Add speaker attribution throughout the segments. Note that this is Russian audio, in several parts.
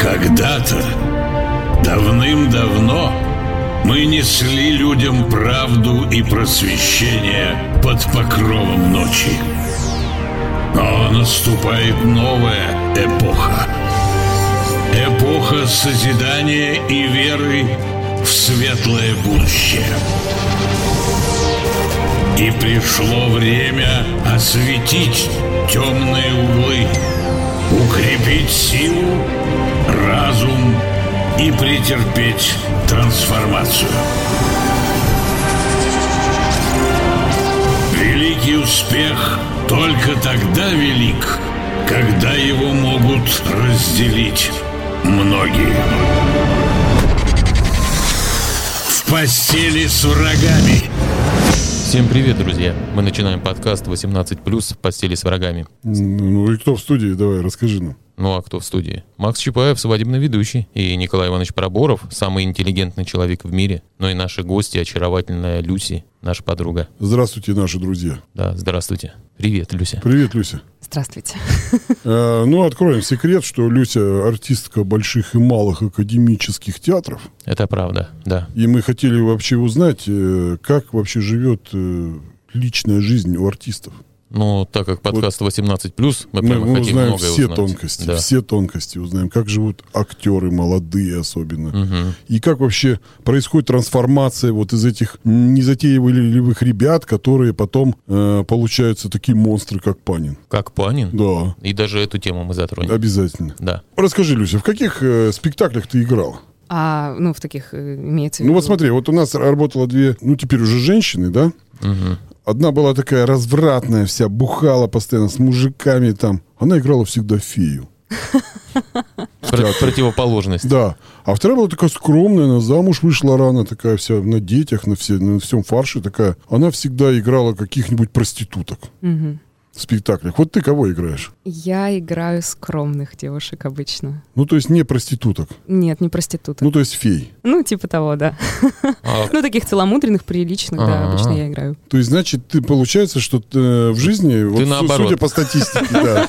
Speaker 1: Когда-то, давным-давно, мы несли людям правду и просвещение под покровом ночи. Но наступает новая эпоха. Эпоха созидания и веры в светлое будущее. И пришло время осветить темные углы, укрепить силу, разум и претерпеть трансформацию. Великий успех только тогда велик, когда его могут разделить многие. В постели с врагами.
Speaker 2: Всем привет, друзья! Мы начинаем подкаст 18+, в постели с врагами.
Speaker 3: Ну и кто в студии? Давай, расскажи нам.
Speaker 2: Ну а кто в студии? Макс Чапаев, свадебный ведущий, и Николай Иванович Проборов, самый интеллигентный человек в мире, но и наши гости, очаровательная Люси, наша подруга.
Speaker 3: Здравствуйте, наши друзья.
Speaker 2: Да, здравствуйте. Привет, Люся.
Speaker 3: Привет, Люся.
Speaker 4: Здравствуйте.
Speaker 3: Э, ну, откроем секрет, что Люся артистка больших и малых академических театров.
Speaker 2: Это правда, да.
Speaker 3: И мы хотели вообще узнать, э, как вообще живет э, личная жизнь у артистов.
Speaker 2: Ну, так как подкаст 18+, мы
Speaker 3: Мы,
Speaker 2: прямо
Speaker 3: мы
Speaker 2: хотим
Speaker 3: узнаем
Speaker 2: многое
Speaker 3: все
Speaker 2: узнать.
Speaker 3: тонкости,
Speaker 2: Да.
Speaker 3: все тонкости узнаем, как живут актеры молодые особенно, и как вообще происходит трансформация вот из этих незатейливых ребят, которые потом э, получаются такие монстры, как Панин.
Speaker 2: Как Панин.
Speaker 3: Да,
Speaker 2: И даже эту тему мы затронем.
Speaker 3: обязательно.
Speaker 2: Да.
Speaker 3: Расскажи, Люся, в каких э, спектаклях ты играла?
Speaker 4: А, ну, в таких э, имеется в
Speaker 3: Ну
Speaker 4: виду...
Speaker 3: вот смотри, вот у нас работало две, ну теперь уже женщины, да? Одна была такая развратная вся, бухала постоянно с мужиками там. Она играла всегда фею.
Speaker 2: Про- противоположность.
Speaker 3: Да. А вторая была такая скромная, она замуж вышла рано, такая вся на детях, на, все, на всем фарше такая. Она всегда играла каких-нибудь проституток в спектаклях. Вот ты кого играешь?
Speaker 4: Я играю скромных девушек обычно.
Speaker 3: Ну, то есть не проституток,
Speaker 4: Нет, не проституток.
Speaker 3: ну, то есть фей.
Speaker 4: Ну, типа того, да.
Speaker 2: А,
Speaker 4: Ну, таких целомудренных, приличных, да,
Speaker 2: А-а-а.
Speaker 4: обычно я играю.
Speaker 3: То есть, значит, ты получается, что э, в жизни, вот, су-
Speaker 2: наоборот.
Speaker 3: судя по статистике, да,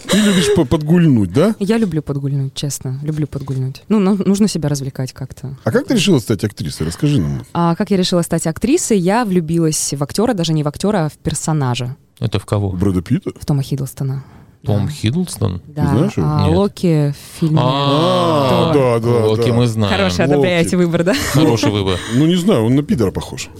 Speaker 3: ты любишь по- подгульнуть, да?
Speaker 4: Я люблю подгульнуть, честно. Люблю подгульнуть. Ну, ну, нужно себя развлекать как-то.
Speaker 3: А как ты решила стать актрисой? Расскажи нам.
Speaker 4: А как я решила стать актрисой, я влюбилась в актера, даже не в актера, а в персонажа.
Speaker 2: это в кого?
Speaker 3: Брэда Питта?
Speaker 4: В Тома Хиддлстона.
Speaker 2: Том
Speaker 4: Да.
Speaker 2: Хиддлстон?
Speaker 4: Да.
Speaker 3: знаешь его?
Speaker 4: а,
Speaker 2: Нет.
Speaker 4: Локи в фильме.
Speaker 2: А,
Speaker 4: Кто?
Speaker 3: да, да,
Speaker 2: Локи
Speaker 3: да.
Speaker 2: мы знаем.
Speaker 4: Хороший,
Speaker 3: Локи.
Speaker 4: одобряете выбор, да?
Speaker 2: Хороший выбор.
Speaker 3: Ну, не знаю, он на пидора похож.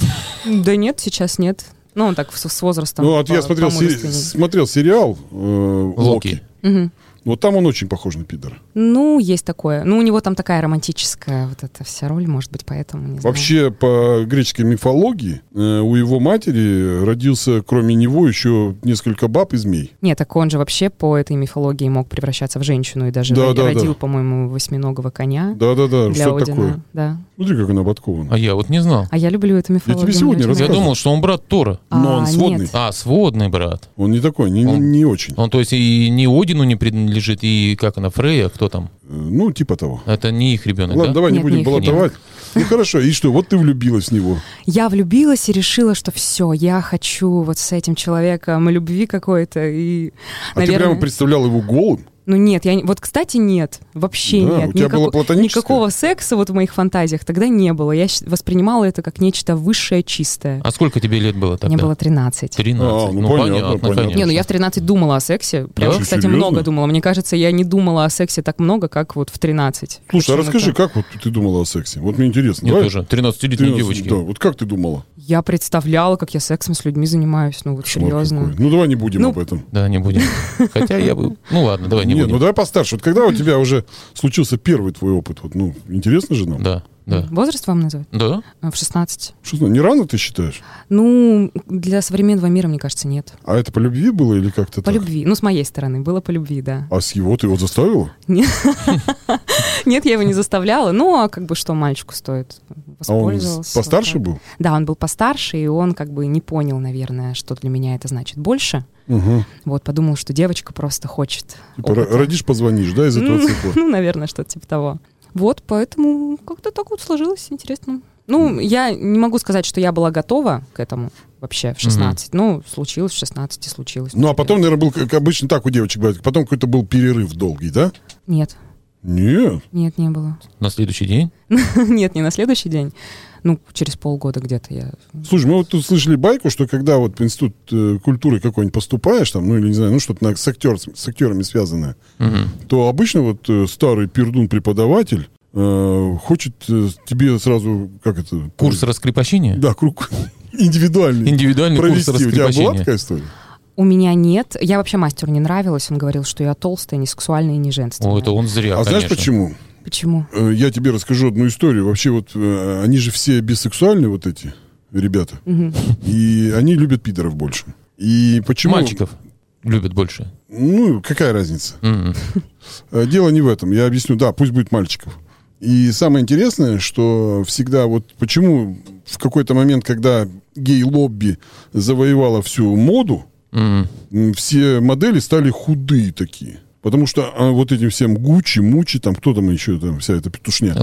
Speaker 4: Да нет, сейчас нет. Ну, он так с, с возрастом.
Speaker 3: ну, вот я
Speaker 4: по-
Speaker 3: смотрел, се-
Speaker 4: помужественнее.
Speaker 3: смотрел сериал э, «Локи».
Speaker 4: Мгм.
Speaker 3: Вот там он очень похож на пидора.
Speaker 4: Ну, есть такое. Ну, у него там такая романтическая вот эта вся роль, может быть, поэтому не знаю.
Speaker 3: Вообще, по греческой мифологии, э, у его матери родился, кроме него, еще несколько баб и змей.
Speaker 4: Нет, так он же вообще по этой мифологии мог превращаться в женщину и даже
Speaker 3: Да,
Speaker 4: ро-
Speaker 3: да, да.
Speaker 4: родил, по-моему, восьминогого коня
Speaker 3: Да-да-да,
Speaker 4: для
Speaker 3: что
Speaker 4: Одина.
Speaker 3: такое?
Speaker 4: Да.
Speaker 3: Смотри, как она подкована.
Speaker 2: А я вот не знал.
Speaker 4: А я люблю эту мифологию. мне
Speaker 3: сегодня
Speaker 4: очень
Speaker 3: рассказывал.
Speaker 2: Я
Speaker 4: нравится.
Speaker 2: думал, что он брат Тора.
Speaker 3: но он
Speaker 4: А,
Speaker 3: сводный.
Speaker 4: нет.
Speaker 2: А, сводный брат.
Speaker 3: Он не такой, не,
Speaker 2: Он-
Speaker 3: не очень. Э,
Speaker 2: Он, то есть, и не Одину не принадлежит, и как она, Фрея, кто там?
Speaker 3: Э, Ну, типа того.
Speaker 2: Это не их ребенок,
Speaker 3: Ладно,
Speaker 2: да?
Speaker 3: давай не
Speaker 4: Нет,
Speaker 3: будем
Speaker 4: не их
Speaker 3: баллотовать. Ну хорошо, и что, вот ты влюбилась в него.
Speaker 4: Я влюбилась и решила, что все, я хочу вот с этим человеком любви какой-то и,
Speaker 3: А ты
Speaker 4: наверное...
Speaker 3: прямо представлял его голым?
Speaker 4: Ну нет, я не- вот, кстати, нет, вообще
Speaker 3: Да,
Speaker 4: нет.
Speaker 3: у тебя было платоническое?
Speaker 4: Никакого секса вот в моих фантазиях тогда не было. Я щ- воспринимала это как нечто высшее, чистое.
Speaker 2: А сколько тебе лет было тогда?
Speaker 4: Мне было 13.
Speaker 2: 13.
Speaker 3: А,
Speaker 2: ну, понятно,
Speaker 3: ну, понятно,
Speaker 2: конечно.
Speaker 3: понятно.
Speaker 4: Не, ну я в 13 думала о сексе. Прям,
Speaker 3: Да?
Speaker 4: кстати,
Speaker 3: Серьезно?
Speaker 4: много думала. Мне кажется, я не думала о сексе так много, как вот в 13.
Speaker 3: Слушай, а
Speaker 4: Почему-то.
Speaker 3: расскажи, как вот ты думала о сексе? Вот мне интересно.
Speaker 2: Нет,
Speaker 3: Давай.
Speaker 2: тоже 13-летней
Speaker 3: Ты-
Speaker 2: девочки.
Speaker 3: Да, вот как ты думала?
Speaker 4: Я представляла, как я сексом с людьми занимаюсь. Ну вот
Speaker 3: Кошмар
Speaker 4: серьезно.
Speaker 3: какой. Ну давай не будем
Speaker 4: Ну,
Speaker 3: об этом.
Speaker 2: Да, не будем. Хотя я бы... Ну ладно, давай не
Speaker 3: Не, ну
Speaker 2: будем.
Speaker 3: давай постарше. Вот когда у тебя уже случился первый твой опыт, вот, ну, интересно же нам.
Speaker 2: Да, да.
Speaker 4: Возраст вам назвать?
Speaker 2: Да?
Speaker 4: А, В 16.
Speaker 3: Что, ну, не рано ты считаешь?
Speaker 4: Ну, для современного мира, мне кажется, нет.
Speaker 3: А это по любви было или как-то
Speaker 4: По
Speaker 3: так?
Speaker 4: любви. Ну, с моей стороны, было по любви, да.
Speaker 3: А с его ты его заставила?
Speaker 4: Нет, я его не заставляла. Ну, а как бы что мальчику стоит?
Speaker 3: А он
Speaker 4: Воспользовался,
Speaker 3: постарше
Speaker 4: да.
Speaker 3: был?
Speaker 4: Да, он был постарше, и он как бы не понял, наверное, что для меня это значит больше.
Speaker 3: Угу.
Speaker 4: Вот, подумал, что девочка просто хочет.
Speaker 3: Типа,
Speaker 4: опыта.
Speaker 3: ро- родишь, позвонишь, да, из этого
Speaker 4: М,
Speaker 3: цикла?
Speaker 4: Ну, наверное, что-то типа того. Вот, поэтому как-то так вот сложилось, интересно. Ну, я не могу сказать, что я была готова к этому вообще в 16. Ну, случилось в 16, случилось.
Speaker 3: а Ну, а потом, наверное, был, как обычно так у девочек бывает, потом какой-то был перерыв долгий, да?
Speaker 4: Нет.
Speaker 3: Нет.
Speaker 4: Нет, не было.
Speaker 2: На следующий день?
Speaker 4: Нет, не на следующий день. Ну, через полгода где-то я...
Speaker 3: Слушай, мы вот тут слышали байку, что когда вот в институт э, культуры какой-нибудь поступаешь, там, ну или не знаю, ну что-то на- с, актер, с актерами связанное,
Speaker 2: Мгм.
Speaker 3: то обычно вот э, старый пердун-преподаватель э, хочет э, тебе сразу, как это...
Speaker 2: Курс раскрепощения?
Speaker 3: Да, круг индивидуальный.
Speaker 2: Индивидуальный
Speaker 3: провести.
Speaker 2: курс
Speaker 3: У тебя была
Speaker 2: раскрепощения.
Speaker 3: такая история?
Speaker 4: У меня нет. Я вообще мастеру не нравилась. Он говорил, что я толстая, не сексуальная и не женственная.
Speaker 2: О, это он зря,
Speaker 3: а знаешь
Speaker 2: конечно.
Speaker 3: почему?
Speaker 4: Почему?
Speaker 3: Э, Я тебе расскажу одну историю. Вообще вот э, они же все бисексуальные вот эти ребята.
Speaker 4: Мгм.
Speaker 3: И они любят пидоров больше. И почему...
Speaker 2: Мальчиков любят больше. М-м,
Speaker 3: Ну, какая разница?
Speaker 2: Мгм.
Speaker 3: Э, Дело не в этом. Я объясню. Да, пусть будет мальчиков. И самое интересное, что всегда вот почему в какой-то момент, когда гей-лобби завоевало всю моду,
Speaker 2: Мгм.
Speaker 3: м, все модели стали худые такие. Потому что а, вот этим всем Гуччи, Мучи, там кто там еще, там вся эта петушня.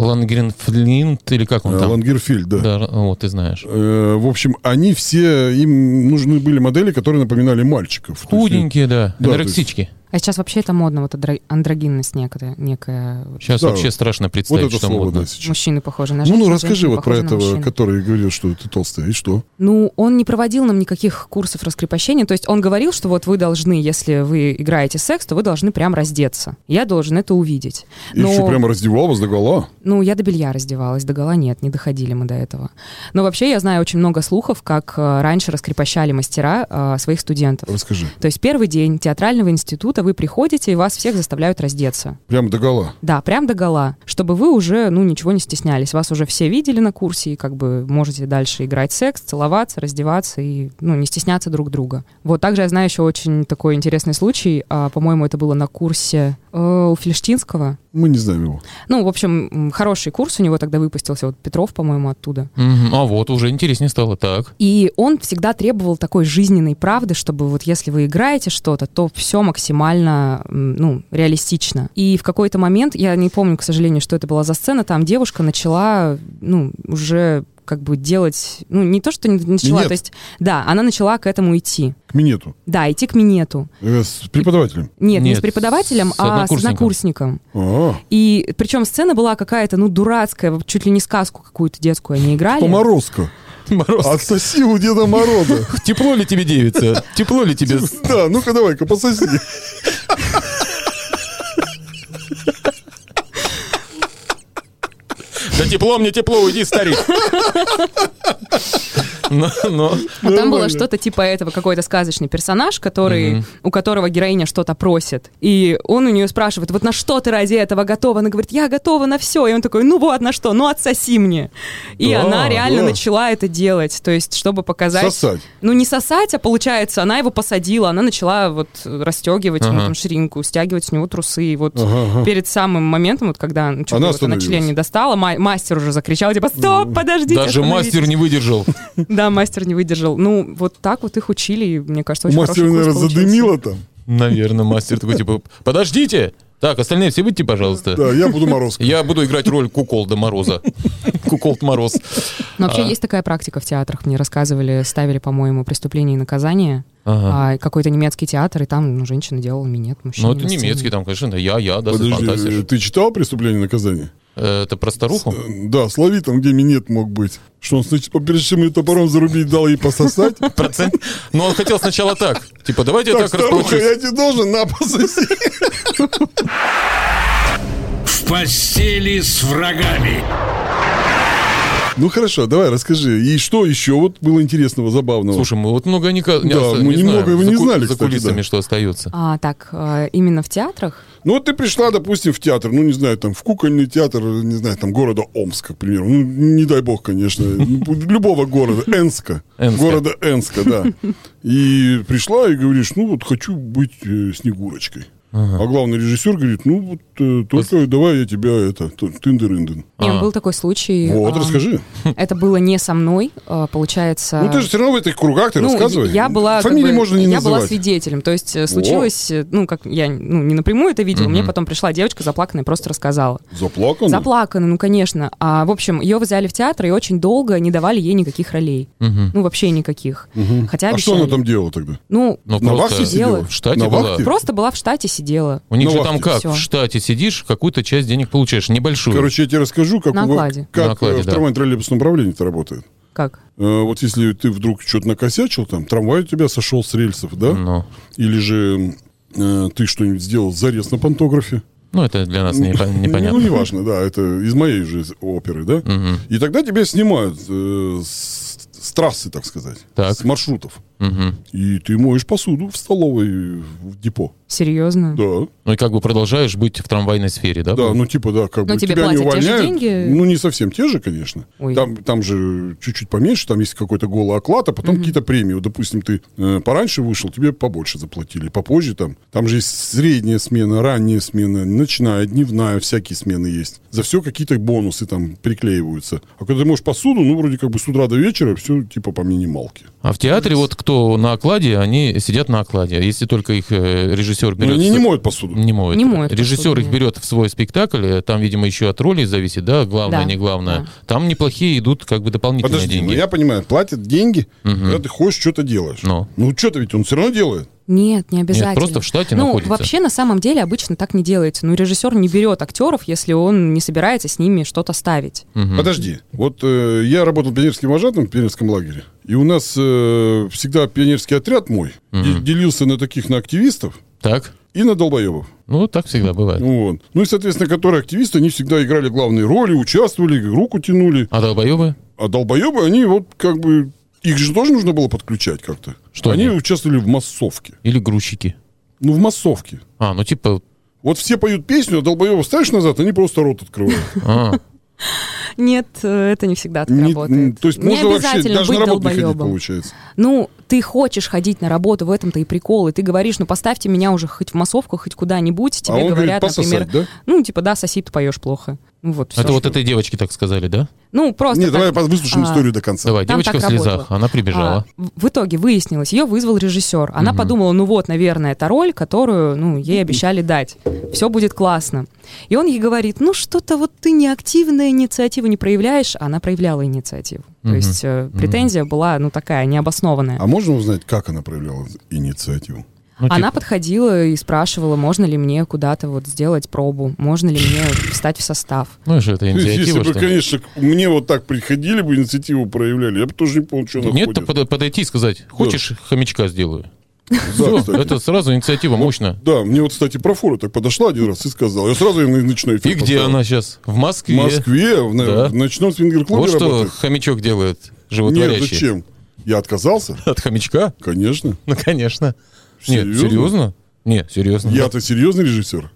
Speaker 2: Лангренфлинт или как Э, он
Speaker 3: Э,
Speaker 2: там?
Speaker 3: Лангерфельд, да.
Speaker 2: Да, вот ты знаешь.
Speaker 3: Э, В общем, они все, им нужны были модели, которые напоминали мальчиков. То есть, ну,
Speaker 2: Худенькие, да.
Speaker 3: Да, то
Speaker 2: Анорексички.
Speaker 4: А сейчас вообще это модно, вот адра- андрогинность некая. некая. Вот
Speaker 2: Сейчас
Speaker 3: Да.
Speaker 2: вообще страшно
Speaker 3: Вот
Speaker 2: представить,
Speaker 3: это
Speaker 2: что
Speaker 3: слово,
Speaker 2: модно.
Speaker 3: да, сейчас.
Speaker 4: Мужчины похожи на
Speaker 3: Ну,
Speaker 4: женщин.
Speaker 3: ну расскажи
Speaker 4: женщины
Speaker 3: вот про
Speaker 4: похожи на
Speaker 3: этого,
Speaker 4: мужчин.
Speaker 3: который говорил, что ты толстая, и что?
Speaker 4: Ну, он не проводил нам никаких курсов раскрепощения. То есть он говорил, что вот вы должны, если вы играете секс, то вы должны прям раздеться. Я должен это увидеть.
Speaker 3: И
Speaker 4: Но-
Speaker 3: еще прямо раздевал вас догола.
Speaker 4: Ну, я до белья раздевалась, до гола нет, не доходили мы до этого. Но вообще я знаю очень много слухов, как э, раньше раскрепощали мастера э, своих студентов.
Speaker 3: Расскажи.
Speaker 4: То есть первый день театрального института вы приходите, и вас всех заставляют раздеться.
Speaker 3: Прямо догола.
Speaker 4: Да, прям до гола, чтобы вы уже, ну, ничего не стеснялись. Вас уже все видели на курсе, и как бы можете дальше играть секс, целоваться, раздеваться и, ну, не стесняться друг друга. Вот также я знаю еще очень такой интересный случай. А, по-моему, это было на курсе э, у Фельштинского.
Speaker 3: Мы не знаем его.
Speaker 4: Ну, в общем, м, хороший курс у него тогда выпустился, вот Петров, по-моему, оттуда.
Speaker 2: Мгм. А вот уже интереснее стало. Так.
Speaker 4: И он всегда требовал такой жизненной правды, чтобы вот если вы играете что-то, то все максимально, м, ну, реалистично. И в какой-то момент, я не помню, к сожалению, что это была за сцена, там девушка начала, ну, уже как бы делать, ну, не то, что не начала,
Speaker 3: Минет.
Speaker 4: то есть, да, она начала к этому идти.
Speaker 3: К минету.
Speaker 4: Да, идти к минету.
Speaker 3: Э, С преподавателем.
Speaker 4: Нет, не
Speaker 2: Нет,
Speaker 4: с преподавателем,
Speaker 2: с
Speaker 4: а с
Speaker 2: однокурсником.
Speaker 4: однокурсником.
Speaker 3: А,
Speaker 4: И причем сцена была какая-то, ну, дурацкая, вот чуть ли не сказку какую-то детскую они играли.
Speaker 3: Поморозка.
Speaker 2: Мороз.
Speaker 3: Отсоси у Деда Мороза.
Speaker 2: А Тепло ли тебе, девица? Тепло ли тебе?
Speaker 3: Да, ну-ка давай-ка пососи.
Speaker 2: Да тепло мне, тепло, уйди, старик. Но, но-
Speaker 4: А там было
Speaker 3: Нормально.
Speaker 4: что-то типа этого, какой-то сказочный персонаж, который,
Speaker 2: Мгм.
Speaker 4: у которого героиня что-то просит. И он у нее спрашивает, вот на что ты ради этого готова? Она говорит, я готова на все. И он такой, ну вот на что, ну отсоси мне. И
Speaker 2: Да,
Speaker 4: она реально
Speaker 3: да.
Speaker 4: начала это делать, то есть чтобы показать...
Speaker 3: Сосать.
Speaker 4: Ну не сосать, а получается, она его посадила, она начала вот расстегивать ему
Speaker 2: Ага.
Speaker 4: там ширинку, стягивать с него трусы. И вот
Speaker 3: Ага, ага.
Speaker 4: перед самым моментом, вот когда ну, чуть
Speaker 3: Она
Speaker 4: ли вот она
Speaker 3: остановилась.
Speaker 4: член не достала, ма- мастер уже закричал, типа, стоп, подождите,
Speaker 2: даже
Speaker 4: остановитесь».
Speaker 2: мастер не выдержал.
Speaker 4: Да, мастер не выдержал. Ну, вот так вот их учили, и, мне кажется,
Speaker 3: У
Speaker 4: очень
Speaker 3: мастера,
Speaker 4: хороший курс
Speaker 3: наверное,
Speaker 4: получился.
Speaker 3: задымило там.
Speaker 2: Наверное, мастер такой, типа, подождите. Так, остальные все выйдите, пожалуйста.
Speaker 3: Да, я буду морозкой.
Speaker 2: Я буду играть роль Куколда Мороза. Куколд Мороз.
Speaker 4: Но вообще
Speaker 2: А.
Speaker 4: есть такая практика в театрах. Мне рассказывали, ставили, по-моему, «Преступление и наказание»,
Speaker 2: Ага.
Speaker 4: а какой-то немецкий театр, и там ну, женщина делала минет мужчине.
Speaker 2: Ну, это
Speaker 4: на сцене.
Speaker 2: немецкий, там, конечно, да, я, я, да,
Speaker 3: Подожди, э,
Speaker 2: фантазия.
Speaker 3: ты читал «Преступление и наказание»?
Speaker 2: Это про старуху?
Speaker 3: Э, Да, слови там, где минет мог быть. Что он, значит, прежде чем ее топором зарубить, дал ей пососать?
Speaker 2: Процент? Но он хотел сначала так. Типа, давайте я
Speaker 3: Так,
Speaker 2: так
Speaker 3: старуха,
Speaker 2: расплачусь.
Speaker 3: я тебе должен, на, пососи.
Speaker 1: В постели с врагами.
Speaker 3: Ну хорошо, давай расскажи. И что еще вот было интересного, забавного?
Speaker 2: Слушай, мы вот много не... ка- не
Speaker 3: Да,
Speaker 2: оста-
Speaker 3: мы
Speaker 2: не
Speaker 3: немного
Speaker 2: знаем.
Speaker 3: его не
Speaker 2: За ку-
Speaker 3: знали,
Speaker 2: За
Speaker 3: кстати,
Speaker 2: кулисами
Speaker 3: да.
Speaker 2: что остается.
Speaker 4: А, так, э, именно в театрах?
Speaker 3: ну вот ты пришла, допустим, в театр, ну не знаю, там, в кукольный театр, не знаю, там, города Омска, к примеру. Ну, не дай бог, конечно, любого города, Энска.
Speaker 2: Энска.
Speaker 3: Города Энска, да. И пришла и говоришь, ну вот хочу быть э, Снегурочкой. А главный режиссер говорит, ну вот э, только давай я тебя, это, т- тындер-индын.
Speaker 4: Не,
Speaker 2: А.
Speaker 4: был такой случай.
Speaker 3: Вот,
Speaker 4: а,
Speaker 3: расскажи.
Speaker 4: Это было не со мной, а, получается...
Speaker 3: Ну ты же все равно в этих кругах, ты
Speaker 4: Ну,
Speaker 3: рассказывай.
Speaker 4: Я была, как
Speaker 3: Фамилии
Speaker 4: бы,
Speaker 3: можно не
Speaker 4: я была
Speaker 3: называть.
Speaker 4: свидетелем. То есть э, случилось, э, ну, как я ну, не напрямую это видела, мне потом пришла девочка заплаканная, просто рассказала.
Speaker 3: Заплакан?
Speaker 4: Заплакана, ну, конечно. А, в общем, ее взяли в театр и очень долго не давали ей никаких ролей. Ну, вообще никаких. Хотя
Speaker 3: А что
Speaker 4: обещали.
Speaker 3: она там делала тогда?
Speaker 4: Ну,
Speaker 2: Ну,
Speaker 3: На
Speaker 2: просто
Speaker 3: вахте сидела?
Speaker 2: В штате
Speaker 3: На
Speaker 2: была.
Speaker 3: вахте?
Speaker 4: просто была в штате, сидела.
Speaker 2: У них
Speaker 3: На
Speaker 2: же
Speaker 3: вахте.
Speaker 2: там как?
Speaker 4: Всё.
Speaker 2: В штате сидишь, какую-то часть денег получаешь, небольшую.
Speaker 3: Короче, я тебе расскажу, как,
Speaker 4: На
Speaker 3: у вас-
Speaker 4: окладе.
Speaker 3: как
Speaker 2: Ну. На окладе,
Speaker 3: э, в
Speaker 2: да.
Speaker 3: трамвайно-троллейбусном управлении это работает.
Speaker 4: Как?
Speaker 3: Э, Вот если ты вдруг что-то накосячил, там трамвай у тебя сошел с рельсов, да?
Speaker 2: Ну,
Speaker 3: Или же э, ты что-нибудь сделал зарез на пантографе.
Speaker 2: ну, это для нас не- непонятно.
Speaker 3: Ну, неважно, да, это из моей же оперы, да? И тогда тебя снимают э, с, с трассы, так сказать,
Speaker 2: Так.
Speaker 3: с маршрутов.
Speaker 2: Мгм.
Speaker 3: И ты моешь посуду в столовой, в депо.
Speaker 4: Серьезно?
Speaker 3: Да,
Speaker 2: Ну и как бы продолжаешь быть в трамвайной сфере, да?
Speaker 3: да, ну типа, да, как
Speaker 4: Но
Speaker 3: бы
Speaker 4: тебе
Speaker 3: тебя не
Speaker 4: платят те же
Speaker 3: увольняют.
Speaker 4: деньги?
Speaker 3: Ну, не совсем те же, конечно.
Speaker 4: Ой.
Speaker 3: Там, там же чуть-чуть поменьше, там есть какой-то голый оклад, а потом какие-то премии. Вот, Допустим, ты э, пораньше вышел, тебе побольше заплатили, попозже там. Там же есть средняя смена, ранняя смена, ночная, дневная, всякие смены есть. За все какие-то бонусы там приклеиваются. А когда ты можешь посуду, ну, вроде как бы с утра до вечера все типа по минималке.
Speaker 2: А в театре вот кто на окладе, они сидят на окладе. Если только их э, режиссер
Speaker 3: Но
Speaker 2: берет...
Speaker 3: Ну, они
Speaker 2: в-
Speaker 3: не моют посуду.
Speaker 2: Не моют.
Speaker 4: Не моют
Speaker 2: Режиссер
Speaker 4: посуду,
Speaker 2: их
Speaker 4: нет.
Speaker 2: берет в свой спектакль, э, там, видимо, еще от роли зависит, да, главное,
Speaker 4: Да,
Speaker 2: не главное.
Speaker 4: да.
Speaker 2: Там неплохие идут как бы дополнительные
Speaker 3: Подожди,
Speaker 2: деньги.
Speaker 3: ну я понимаю, платят деньги, когда ты хочешь, что-то делаешь.
Speaker 2: Ну.
Speaker 3: Ну, что-то ведь он все равно делает.
Speaker 4: Нет, не обязательно.
Speaker 2: просто в штате
Speaker 4: ну,
Speaker 2: находится.
Speaker 4: вообще, на самом деле, обычно так не делается. Ну, режиссер не берет актеров, если он не собирается с ними что-то ставить.
Speaker 3: Подожди, вот э, я работал пионерским вожатым в пионерском лагере, и у нас э, всегда пионерский отряд мой де- делился на таких, на активистов
Speaker 2: Так?
Speaker 3: и на долбоебов.
Speaker 2: Ну, так всегда бывает.
Speaker 3: Вот. Ну и, соответственно, которые активисты, они всегда играли главные роли, участвовали, руку тянули.
Speaker 2: А долбоебы?
Speaker 3: А долбоебы, они вот как бы... Их же тоже нужно было подключать как-то.
Speaker 2: Что
Speaker 3: они
Speaker 2: они?
Speaker 3: участвовали в массовке.
Speaker 2: Или грузчики?
Speaker 3: Ну, в массовке.
Speaker 2: А, ну типа...
Speaker 3: Вот все поют песню, а долбоебов ставишь назад, они просто рот открывают.
Speaker 2: а,
Speaker 4: Нет, э, это не всегда так
Speaker 3: Не-
Speaker 4: работает.
Speaker 3: То есть
Speaker 4: не
Speaker 3: можно вообще
Speaker 4: обязательно
Speaker 3: даже
Speaker 4: быть
Speaker 3: на работу не ходить,
Speaker 4: долбоебом.
Speaker 3: получается.
Speaker 4: Ну, ты хочешь ходить на работу, в этом-то и прикол. И ты говоришь, ну, поставьте меня уже хоть в массовку, хоть куда-нибудь. Тебе
Speaker 3: а он говорит,
Speaker 4: говорят,
Speaker 3: пососать,
Speaker 4: например,
Speaker 3: да?
Speaker 4: ну, типа, да, соси, ты поешь плохо. Ну, вот, всё,
Speaker 2: Это вот
Speaker 4: что-
Speaker 2: этой девочке так сказали, да?
Speaker 4: Ну, просто
Speaker 3: Нет,
Speaker 4: так.
Speaker 3: давай выслушаем
Speaker 4: А,
Speaker 3: историю до конца.
Speaker 2: Давай,
Speaker 4: Там
Speaker 2: девочка в
Speaker 4: так
Speaker 2: слезах,
Speaker 4: работало.
Speaker 2: она прибежала.
Speaker 4: А, в в итоге выяснилось, ее вызвал режиссер. Она подумала, ну вот, наверное, это роль, которую, ну, ей обещали дать. Все будет классно. И он ей говорит, ну что-то вот ты неактивная, инициативу не проявляешь. А Она проявляла инициативу. То есть э, претензия была, ну, такая, необоснованная.
Speaker 3: А можно узнать, как она проявляла инициативу?
Speaker 2: Ну, типа,
Speaker 4: А, Она подходила и спрашивала, можно ли мне куда-то вот сделать пробу, можно ли мне встать в состав.
Speaker 2: Ну, и что это
Speaker 3: Если
Speaker 2: инициатива,
Speaker 3: бы,
Speaker 2: что ли?
Speaker 3: конечно, к- мне вот так приходили бы, инициативу проявляли, я бы тоже не понял, что она
Speaker 2: Нет,
Speaker 3: ходит.
Speaker 2: под- подойти и сказать, хочешь, хомячка сделаю.
Speaker 3: Да,
Speaker 2: Всё,
Speaker 3: кстати.
Speaker 2: это сразу инициатива мощная.
Speaker 3: Да, мне вот, кстати, профора так подошла один раз и сказала. Я сразу ее на ночной эфир
Speaker 2: И где
Speaker 3: поставил.
Speaker 2: она сейчас? В
Speaker 3: В
Speaker 2: Москве.
Speaker 3: Москве, в, на-
Speaker 2: Да.
Speaker 3: в ночном свингер-клубе
Speaker 2: Вот что
Speaker 3: работает.
Speaker 2: хомячок делает
Speaker 3: Нет,
Speaker 2: животворящий.
Speaker 3: зачем? Я отказался?
Speaker 2: От хомячка?
Speaker 3: Конечно.
Speaker 2: Ну, конечно. Нет,
Speaker 3: Серьезно?
Speaker 2: серьезно? Нет, серьезно.
Speaker 3: Я-то серьезный режиссер.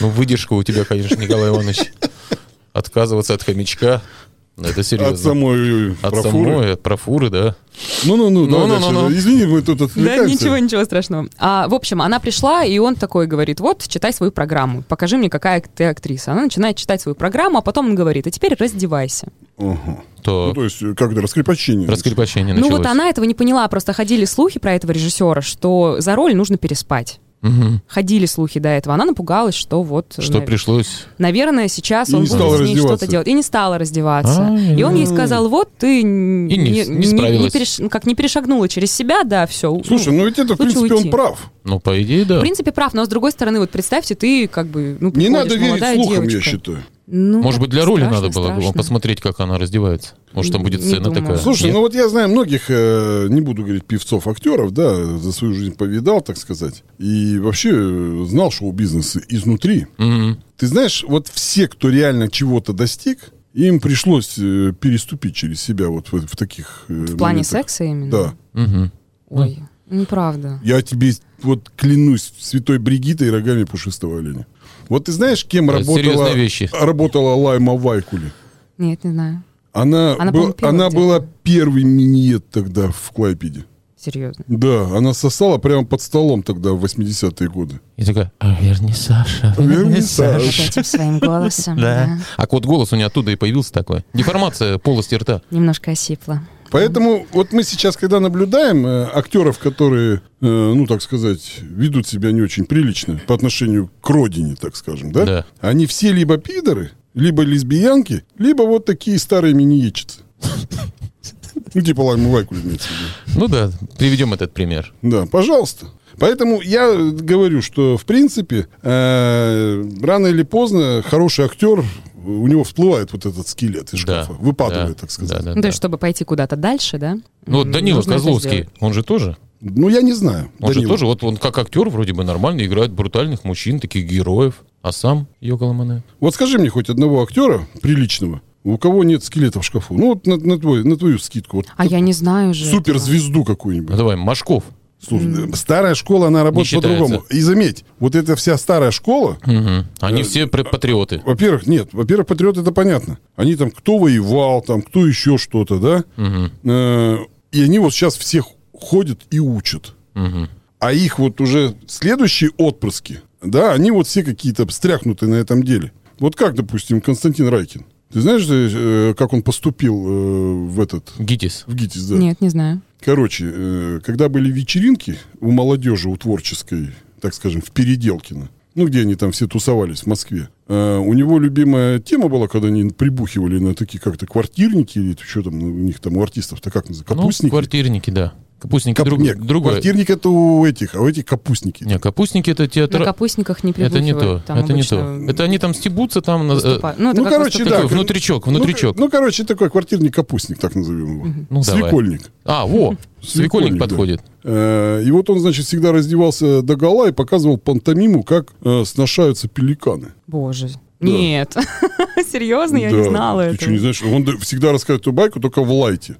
Speaker 2: Ну, выдержка у тебя, конечно, Николай Иванович. Отказываться от хомячка. Ну, это серьезно.
Speaker 3: От самой э, Ну,
Speaker 2: От
Speaker 3: профоры.
Speaker 2: самой, Ну, от профуры, да.
Speaker 3: Ну-ну-ну, давай
Speaker 2: Ну-ну-ну-ну.
Speaker 3: дальше. Извини, мы тут
Speaker 4: Да,
Speaker 3: отвлекаемся.
Speaker 4: ничего, ничего страшного. А, в общем, она пришла, и он такой говорит, вот, читай свою программу, покажи мне, какая ты актриса. Она начинает читать свою программу, а потом он говорит, а теперь раздевайся.
Speaker 3: Ага.
Speaker 2: То
Speaker 3: Ну, то есть, э, как это, раскрепощение.
Speaker 2: раскрепощение
Speaker 4: Ну
Speaker 2: началось.
Speaker 4: вот она этого не поняла, просто ходили слухи про этого режиссера, что за роль нужно переспать.
Speaker 2: Мгм.
Speaker 4: Ходили слухи до этого, она напугалась, что вот... э,
Speaker 2: Что
Speaker 4: на-
Speaker 2: пришлось...
Speaker 4: Наверное, сейчас
Speaker 3: И
Speaker 4: он
Speaker 3: не
Speaker 4: будет
Speaker 3: стала
Speaker 4: с ней что-то
Speaker 3: раздеваться.
Speaker 4: делать. И не стала раздеваться.
Speaker 2: А,
Speaker 4: и он ей
Speaker 3: ну.
Speaker 4: сказал, вот ты н-
Speaker 2: И не- не справилась.
Speaker 4: переш- ну, как не перешагнула через себя, да, все.
Speaker 3: Слушай, ну ведь это, в
Speaker 4: лучше
Speaker 3: принципе,
Speaker 4: уйти.
Speaker 3: он прав.
Speaker 2: Ну, по идее, да.
Speaker 4: В принципе, прав, но с другой стороны, вот представьте, ты как бы, ну,
Speaker 3: Не
Speaker 4: приходишь,
Speaker 3: надо верить
Speaker 4: молодая
Speaker 3: слухам, я
Speaker 4: девочка.
Speaker 3: считаю.
Speaker 4: Ну,
Speaker 2: Может
Speaker 4: так
Speaker 2: быть, для роли
Speaker 4: страшно,
Speaker 2: надо было бы
Speaker 4: страшно.
Speaker 2: посмотреть, как она раздевается. Может, там будет
Speaker 4: Не
Speaker 2: сцена
Speaker 4: думаю.
Speaker 2: такая.
Speaker 3: Слушай,
Speaker 2: Нет?
Speaker 3: ну вот я знаю многих, э, не буду говорить певцов, актеров, да, за свою жизнь повидал, так сказать, и вообще э, знал шоу-бизнес изнутри.
Speaker 2: Мгм.
Speaker 3: Ты знаешь, вот все, кто реально чего-то достиг, им пришлось э, переступить через себя вот в, в таких... э,
Speaker 4: В плане секса именно?
Speaker 3: Да.
Speaker 2: Мгм.
Speaker 4: Ой, неправда.
Speaker 3: Я тебе вот клянусь святой Бригитой и рогами пушистого оленя. Вот ты знаешь, кем
Speaker 2: Это
Speaker 3: работала,
Speaker 2: серьезные вещи.
Speaker 3: работала Лайма Вайкули?
Speaker 4: Нет, не знаю.
Speaker 3: Она,
Speaker 4: Она,
Speaker 3: был-
Speaker 4: по-моему, первая
Speaker 3: она
Speaker 4: где-то.
Speaker 3: была первый миньет тогда в Клайпеде.
Speaker 4: Серьезно.
Speaker 3: Да, она сосала прямо под столом тогда в 80-е годы.
Speaker 2: И такая, а верни, Саша, верни,
Speaker 3: Верни,
Speaker 2: Саша.
Speaker 3: Саша.
Speaker 4: этим своим голосом.
Speaker 2: Да. А вот голос у нее оттуда и появился такой. Деформация полости рта.
Speaker 4: Немножко осипла.
Speaker 3: Поэтому вот мы сейчас, когда наблюдаем э, актеров, которые, э, ну, так сказать, ведут себя не очень прилично по отношению к родине, так скажем, да?
Speaker 2: Да.
Speaker 3: Они все либо пидоры, либо лесбиянки, либо вот такие старые миниечицы. Ну, типа лайму лайку имеется в виду.
Speaker 2: Ну да, приведем этот пример.
Speaker 3: Да, пожалуйста. Поэтому я говорю, что в принципе э, рано или поздно хороший актер у него всплывает вот этот скелет из
Speaker 2: Да,
Speaker 3: шкафа, выпадывает,
Speaker 2: да,
Speaker 3: так сказать.
Speaker 2: да, да,
Speaker 4: Ну, то
Speaker 2: да.
Speaker 4: есть, чтобы пойти куда-то дальше, да?
Speaker 2: Ну, вот
Speaker 4: М,
Speaker 2: Данила
Speaker 4: нужно это
Speaker 2: Козловский,
Speaker 4: сделать.
Speaker 2: он же тоже.
Speaker 3: Ну я не знаю.
Speaker 2: Он же
Speaker 3: Данила.
Speaker 2: тоже, вот он как актер вроде бы нормально играет брутальных мужчин, таких героев. А сам Йоколамане.
Speaker 3: Вот скажи мне хоть одного актера приличного, у кого нет скелета в шкафу. Ну вот на, на твой, на твою скидку. Вот,
Speaker 4: А я не знаю же. этого.
Speaker 3: суперзвезду какую-нибудь.
Speaker 2: Ну, давай, Машков.
Speaker 3: Слушай, старая школа, она работает
Speaker 2: считается.
Speaker 3: по-другому. И заметь, вот эта вся старая школа,
Speaker 2: Мгм.
Speaker 3: Э,
Speaker 2: Они все пр- патриоты.
Speaker 3: во-первых, нет, во-первых, патриоты, это понятно. Они там кто воевал, там кто еще что-то, да? Э, И они вот сейчас всех ходят и учат. А их вот уже следующие отпрыски, да, они вот все какие-то встряхнуты на этом деле. Вот как, допустим, Константин Райкин. Ты знаешь, э, как он поступил э, в этот,
Speaker 2: Гитис.
Speaker 3: в ГИТИС, да?
Speaker 4: Нет, не знаю.
Speaker 3: Короче, э, когда были вечеринки у молодежи, у творческой, так скажем, в Переделкино, ну, где они там все тусовались в Москве, э, у него любимая тема была, когда они прибухивали на такие как-то квартирники, или что там у них там у артистов-то как называется,
Speaker 2: Ну,
Speaker 3: капустники?
Speaker 2: квартирники, да. Капустники
Speaker 3: Кап-
Speaker 2: друг,
Speaker 3: нет,
Speaker 2: другое.
Speaker 3: квартирник это у этих, а у этих капустники.
Speaker 2: Не, капустники это
Speaker 4: На
Speaker 2: театр...
Speaker 4: капустниках не
Speaker 2: Это не то,
Speaker 4: прибухивают. там
Speaker 2: это не то.
Speaker 4: обычно
Speaker 2: Это э, они там стебутся, там... на- э,
Speaker 4: выступают. Ну, это
Speaker 3: Ну,
Speaker 4: как
Speaker 3: короче,
Speaker 4: выступ-
Speaker 3: да.
Speaker 2: такой внутричок,
Speaker 3: Ну,
Speaker 2: внутричок.
Speaker 3: Ну, короче, такой квартирник-капустник, так назовем его.
Speaker 2: Ну, давай.
Speaker 3: Свекольник.
Speaker 2: А, во, свекольник
Speaker 3: да.
Speaker 2: подходит.
Speaker 3: Э, И вот он, значит, всегда раздевался до гола и показывал пантомиму, как э, сношаются пеликаны.
Speaker 4: Боже. Нет. Серьезно, Ну, я не
Speaker 3: Да,
Speaker 4: знала
Speaker 3: ты что, не
Speaker 4: этого.
Speaker 3: знаешь? Он д- всегда рассказывает эту байку только в лайте.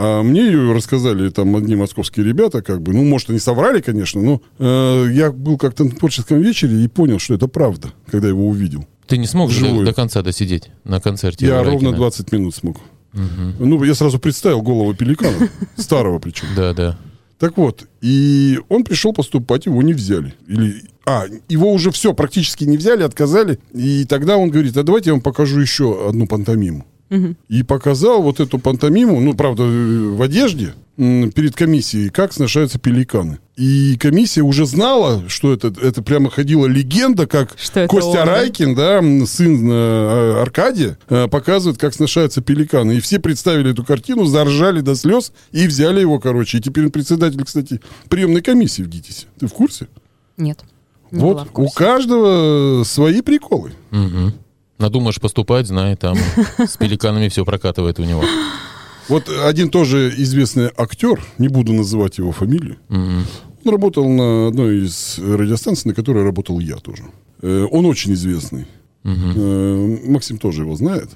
Speaker 3: А мне ее рассказали там одни московские ребята, как бы, ну, может, они соврали, конечно, но э, я был как-то на творческом вечере и понял, что это правда, когда его увидел.
Speaker 2: Ты не смог же
Speaker 3: Вживую.
Speaker 2: до конца досидеть на концерте?
Speaker 3: я
Speaker 2: Райкина?
Speaker 3: ровно 20 минут смог. Ну, я сразу представил голову пеликана, старого причем.
Speaker 2: Да, да.
Speaker 3: Так вот, и он пришел поступать, его не взяли. Или, а, его уже все, практически не взяли, отказали. И тогда он говорит, а давайте я вам покажу еще одну пантомиму. И показал вот эту пантомиму, ну, правда, э, в одежде, м, перед комиссией, как сношаются пеликаны. И комиссия уже знала, что это, это прямо ходила легенда, как
Speaker 4: Что это
Speaker 3: Костя
Speaker 4: он, да?
Speaker 3: Райкин, да, м, сын э, э, Аркадия, э, показывает, как сношаются пеликаны. И все представили эту картину, заржали до слез и взяли его, короче. И теперь он председатель, кстати, приемной комиссии в ГИТИСе. Ты в курсе?
Speaker 4: Нет. не была
Speaker 3: вот
Speaker 4: в
Speaker 3: у
Speaker 4: курсе.
Speaker 3: каждого свои приколы.
Speaker 2: Мгм. Надумаешь поступать, знай, там с пеликанами все прокатывает у него.
Speaker 3: Вот один тоже известный актер, не буду называть его фамилию,
Speaker 2: Мгм.
Speaker 3: он работал на одной из радиостанций, на которой работал я тоже. Э, Он очень известный. Э, Максим тоже его знает.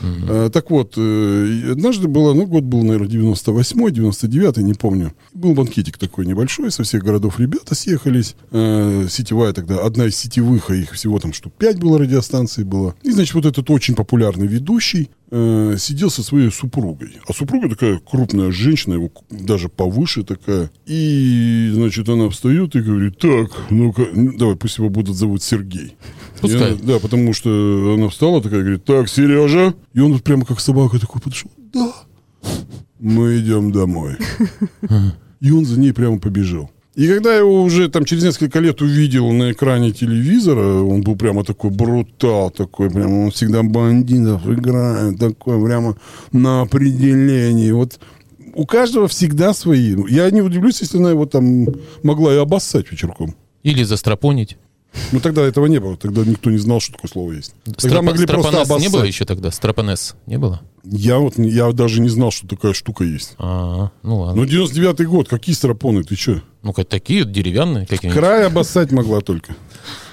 Speaker 3: Э, Так вот, э, и однажды было, ну, год был, наверное, 98-й, 99-й, не помню. Был банкетик такой небольшой, со всех городов ребята съехались. Э, Сетевая тогда, одна из сетевых, а их всего там штук 5 было, радиостанций было. И, значит, вот этот очень популярный ведущий э, сидел со своей супругой. А супруга такая крупная женщина, его к- даже повыше такая. И, значит, она встает и говорит, так, ну-ка, ну, давай, пусть его будут зовут Сергей.
Speaker 2: Пускай.
Speaker 3: И она- да, потому что она встала такая, говорит, так, Сережа. И он вот прямо как собака такой подошел, да, мы идем домой. И он за ней прямо побежал. И когда я его уже там через несколько лет увидел на экране телевизора, он был прямо такой брутал, такой прям, он всегда бандитов играет, такой прямо на определении. Вот у каждого всегда свои. Я не удивлюсь, если она его там могла и обоссать вечерком.
Speaker 2: Или застропонить.
Speaker 3: Ну, тогда этого не было. Тогда никто не знал, что такое слово есть. Тогда
Speaker 2: Стропо-
Speaker 3: могли просто
Speaker 2: стропонесс
Speaker 3: обоссать.
Speaker 2: не было еще тогда? Стропонес не было?
Speaker 3: Я вот не- я даже не знал, что такая штука есть.
Speaker 2: А, ну ладно.
Speaker 3: Ну, 99-й год, какие стропоны, ты че?
Speaker 2: Ну-ка, такие деревянные какие-нибудь.
Speaker 3: Край обоссать могла только.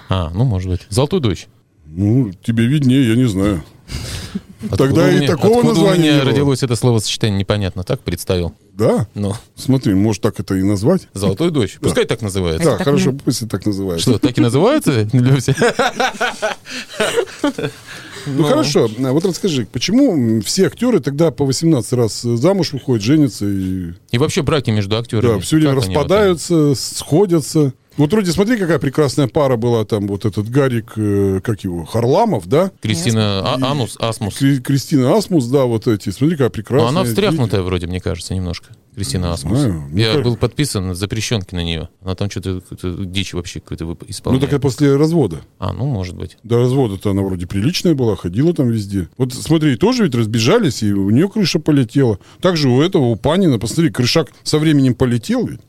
Speaker 2: А, ну может быть. Золотой дочь.
Speaker 3: Ну, тебе виднее, я не знаю.
Speaker 2: Откуда
Speaker 3: Тогда
Speaker 2: у
Speaker 3: и
Speaker 2: меня-
Speaker 3: такого
Speaker 2: откуда
Speaker 3: названия
Speaker 2: у
Speaker 3: не
Speaker 2: меня
Speaker 3: было.
Speaker 2: родилось это словосочетание, непонятно. Так представил.
Speaker 3: Да?
Speaker 2: Ну,
Speaker 3: Смотри, может так это и назвать?
Speaker 2: золотой дочь. Пускай так называется.
Speaker 3: Да,
Speaker 4: так
Speaker 3: хорошо,
Speaker 4: на-
Speaker 3: пусть и так называется.
Speaker 2: Что, так и называется, Люся?
Speaker 3: Ну, хорошо, а вот расскажи, почему м, все актеры тогда по 18 раз э, замуж выходят, женятся и
Speaker 2: И вообще браки между актерами.
Speaker 3: да, все время
Speaker 2: как они вот
Speaker 3: распадаются, сходятся. Вот вроде, смотри, какая прекрасная пара была там, вот этот Гарик, э, как его, Харламов, да?
Speaker 2: Кристина А-
Speaker 3: И-
Speaker 2: Анус, Асмус.
Speaker 3: Кри- Кристина Асмус, да, вот эти, смотри, какая прекрасная.
Speaker 2: Но она встряхнутая вроде, мне кажется, немножко. Кристина Асмус.
Speaker 3: знаю, мне
Speaker 2: Я
Speaker 3: кажется-
Speaker 2: был подписан запрещенки на нее. Она там что-то какую-то дичь вообще какую-то вып-
Speaker 3: Ну,
Speaker 2: исполняет.
Speaker 3: так это после развода.
Speaker 2: А, ну, может быть.
Speaker 3: До развода-то она вроде приличная была, ходила там везде. Вот смотри, тоже ведь разбежались, и у нее крыша полетела. Также у этого, у Панина, посмотри, крышак со временем полетел ведь.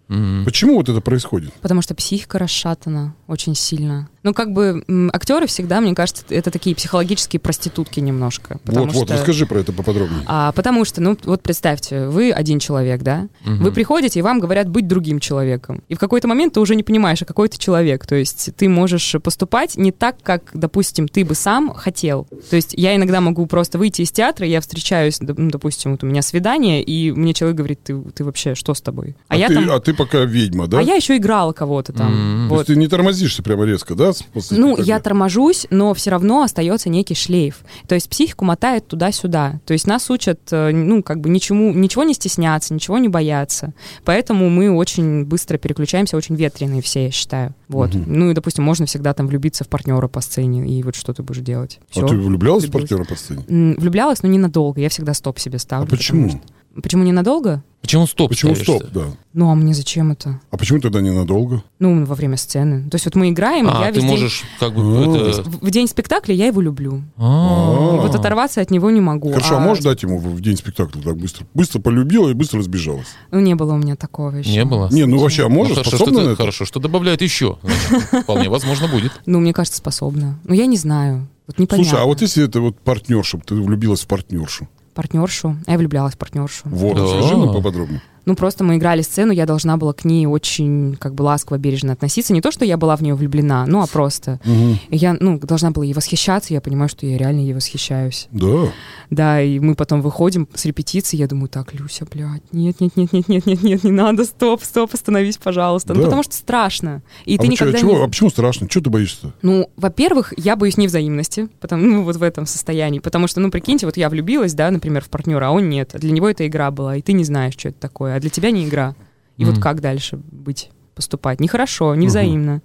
Speaker 3: Почему вот это происходит?
Speaker 4: Потому что психика расшатана очень сильно. Ну, как бы м, актеры всегда, мне кажется, это такие психологические проститутки немножко. Потому
Speaker 3: Вот-вот,
Speaker 4: что...
Speaker 3: расскажи про это поподробнее.
Speaker 4: А, потому что, ну, вот представьте, вы один человек, да? Вы приходите, и вам говорят быть другим человеком. И в какой-то момент ты уже не понимаешь, а какой ты человек. То есть ты можешь поступать не так, как, допустим, ты бы сам хотел. То есть я иногда могу просто выйти из театра, я встречаюсь, доп- ну, допустим, вот у меня свидание, и мне человек говорит, ты, ты вообще что с тобой?
Speaker 3: А, ты, а ты пока ведьма, да?
Speaker 4: А я еще играла кого-то там.
Speaker 2: М,
Speaker 3: То
Speaker 4: Вот.
Speaker 3: есть ты не тормозишься прямо резко, да? с- после
Speaker 4: Ну,
Speaker 3: спектакля?
Speaker 4: я торможусь, но все равно остается некий шлейф. То есть психику мотает туда-сюда. То есть нас учат, э, ну, как бы ничему, ничего не стесняться, ничего не бояться. Поэтому мы очень быстро переключаемся, очень ветреные все, я считаю. Вот. Ну, и, допустим, можно всегда там влюбиться в партнера по сцене, и вот что ты будешь делать. Всё.
Speaker 3: А ты влюблялась в
Speaker 4: Влюбилась.
Speaker 3: партнера по сцене?
Speaker 4: М, Влюблялась, но ненадолго. Я всегда стоп себе ставлю.
Speaker 3: А почему?
Speaker 4: потому что- Почему ненадолго?
Speaker 2: Почему стоп?
Speaker 3: Почему
Speaker 2: ставишь-то?
Speaker 3: стоп, да?
Speaker 4: Ну, а мне зачем это?
Speaker 3: А почему тогда ненадолго?
Speaker 4: Ну, во время сцены. То есть вот мы играем, и
Speaker 2: А,
Speaker 4: я
Speaker 2: ты
Speaker 4: весь день...
Speaker 2: можешь как бы...
Speaker 3: А.
Speaker 2: это-
Speaker 4: В в день спектакля я его люблю.
Speaker 2: А.
Speaker 4: И вот оторваться от него не могу.
Speaker 3: Хорошо, а
Speaker 4: А-
Speaker 3: можешь дать ему в в день спектакля так быстро? Быстро полюбила и быстро разбежалась.
Speaker 4: Ну, не было у меня такого еще.
Speaker 2: Не было?
Speaker 3: Не, ну вообще, а
Speaker 2: Ну,
Speaker 3: можешь?
Speaker 2: хорошо, что
Speaker 3: Способна
Speaker 2: ты-
Speaker 3: на это?
Speaker 2: хорошо, что добавляют еще. Значит, вполне возможно будет.
Speaker 4: Ну, мне кажется, способна. Ну, я не знаю. Вот непонятно.
Speaker 3: Слушай, а вот если это вот партнерша, ты влюбилась в партнершу,
Speaker 4: Партнершу. А я влюблялась в партнершу.
Speaker 3: вот,
Speaker 2: Да.
Speaker 3: скажи нам поподробнее.
Speaker 4: Ну, просто мы играли сцену, я должна была к ней очень, как бы, ласково, бережно относиться. Не то, что я была в нее влюблена, ну, а просто. И Я, ну, должна была ей восхищаться, я понимаю, что я реально ей восхищаюсь.
Speaker 3: Да.
Speaker 4: Да, и мы потом выходим с репетиции, я думаю, так, Люся, блядь, нет, нет, нет, нет, нет, нет, нет, не надо, стоп, стоп, остановись, пожалуйста.
Speaker 3: Да.
Speaker 4: Ну, потому что страшно. И
Speaker 3: а,
Speaker 4: ты
Speaker 3: вы чё- а
Speaker 4: никогда
Speaker 3: чего,
Speaker 4: не...
Speaker 3: а почему страшно? Чего ты боишься-то?
Speaker 4: Ну, во-первых, я боюсь невзаимности, потому, ну, вот в этом состоянии, потому что, ну, прикиньте, вот я влюбилась, да, например, в партнера, а он нет, а для него это игра была, и ты не знаешь, что это такое, а для тебя не игра. И вот
Speaker 2: Мгм.
Speaker 4: как дальше быть, поступать? Нехорошо, невзаимно.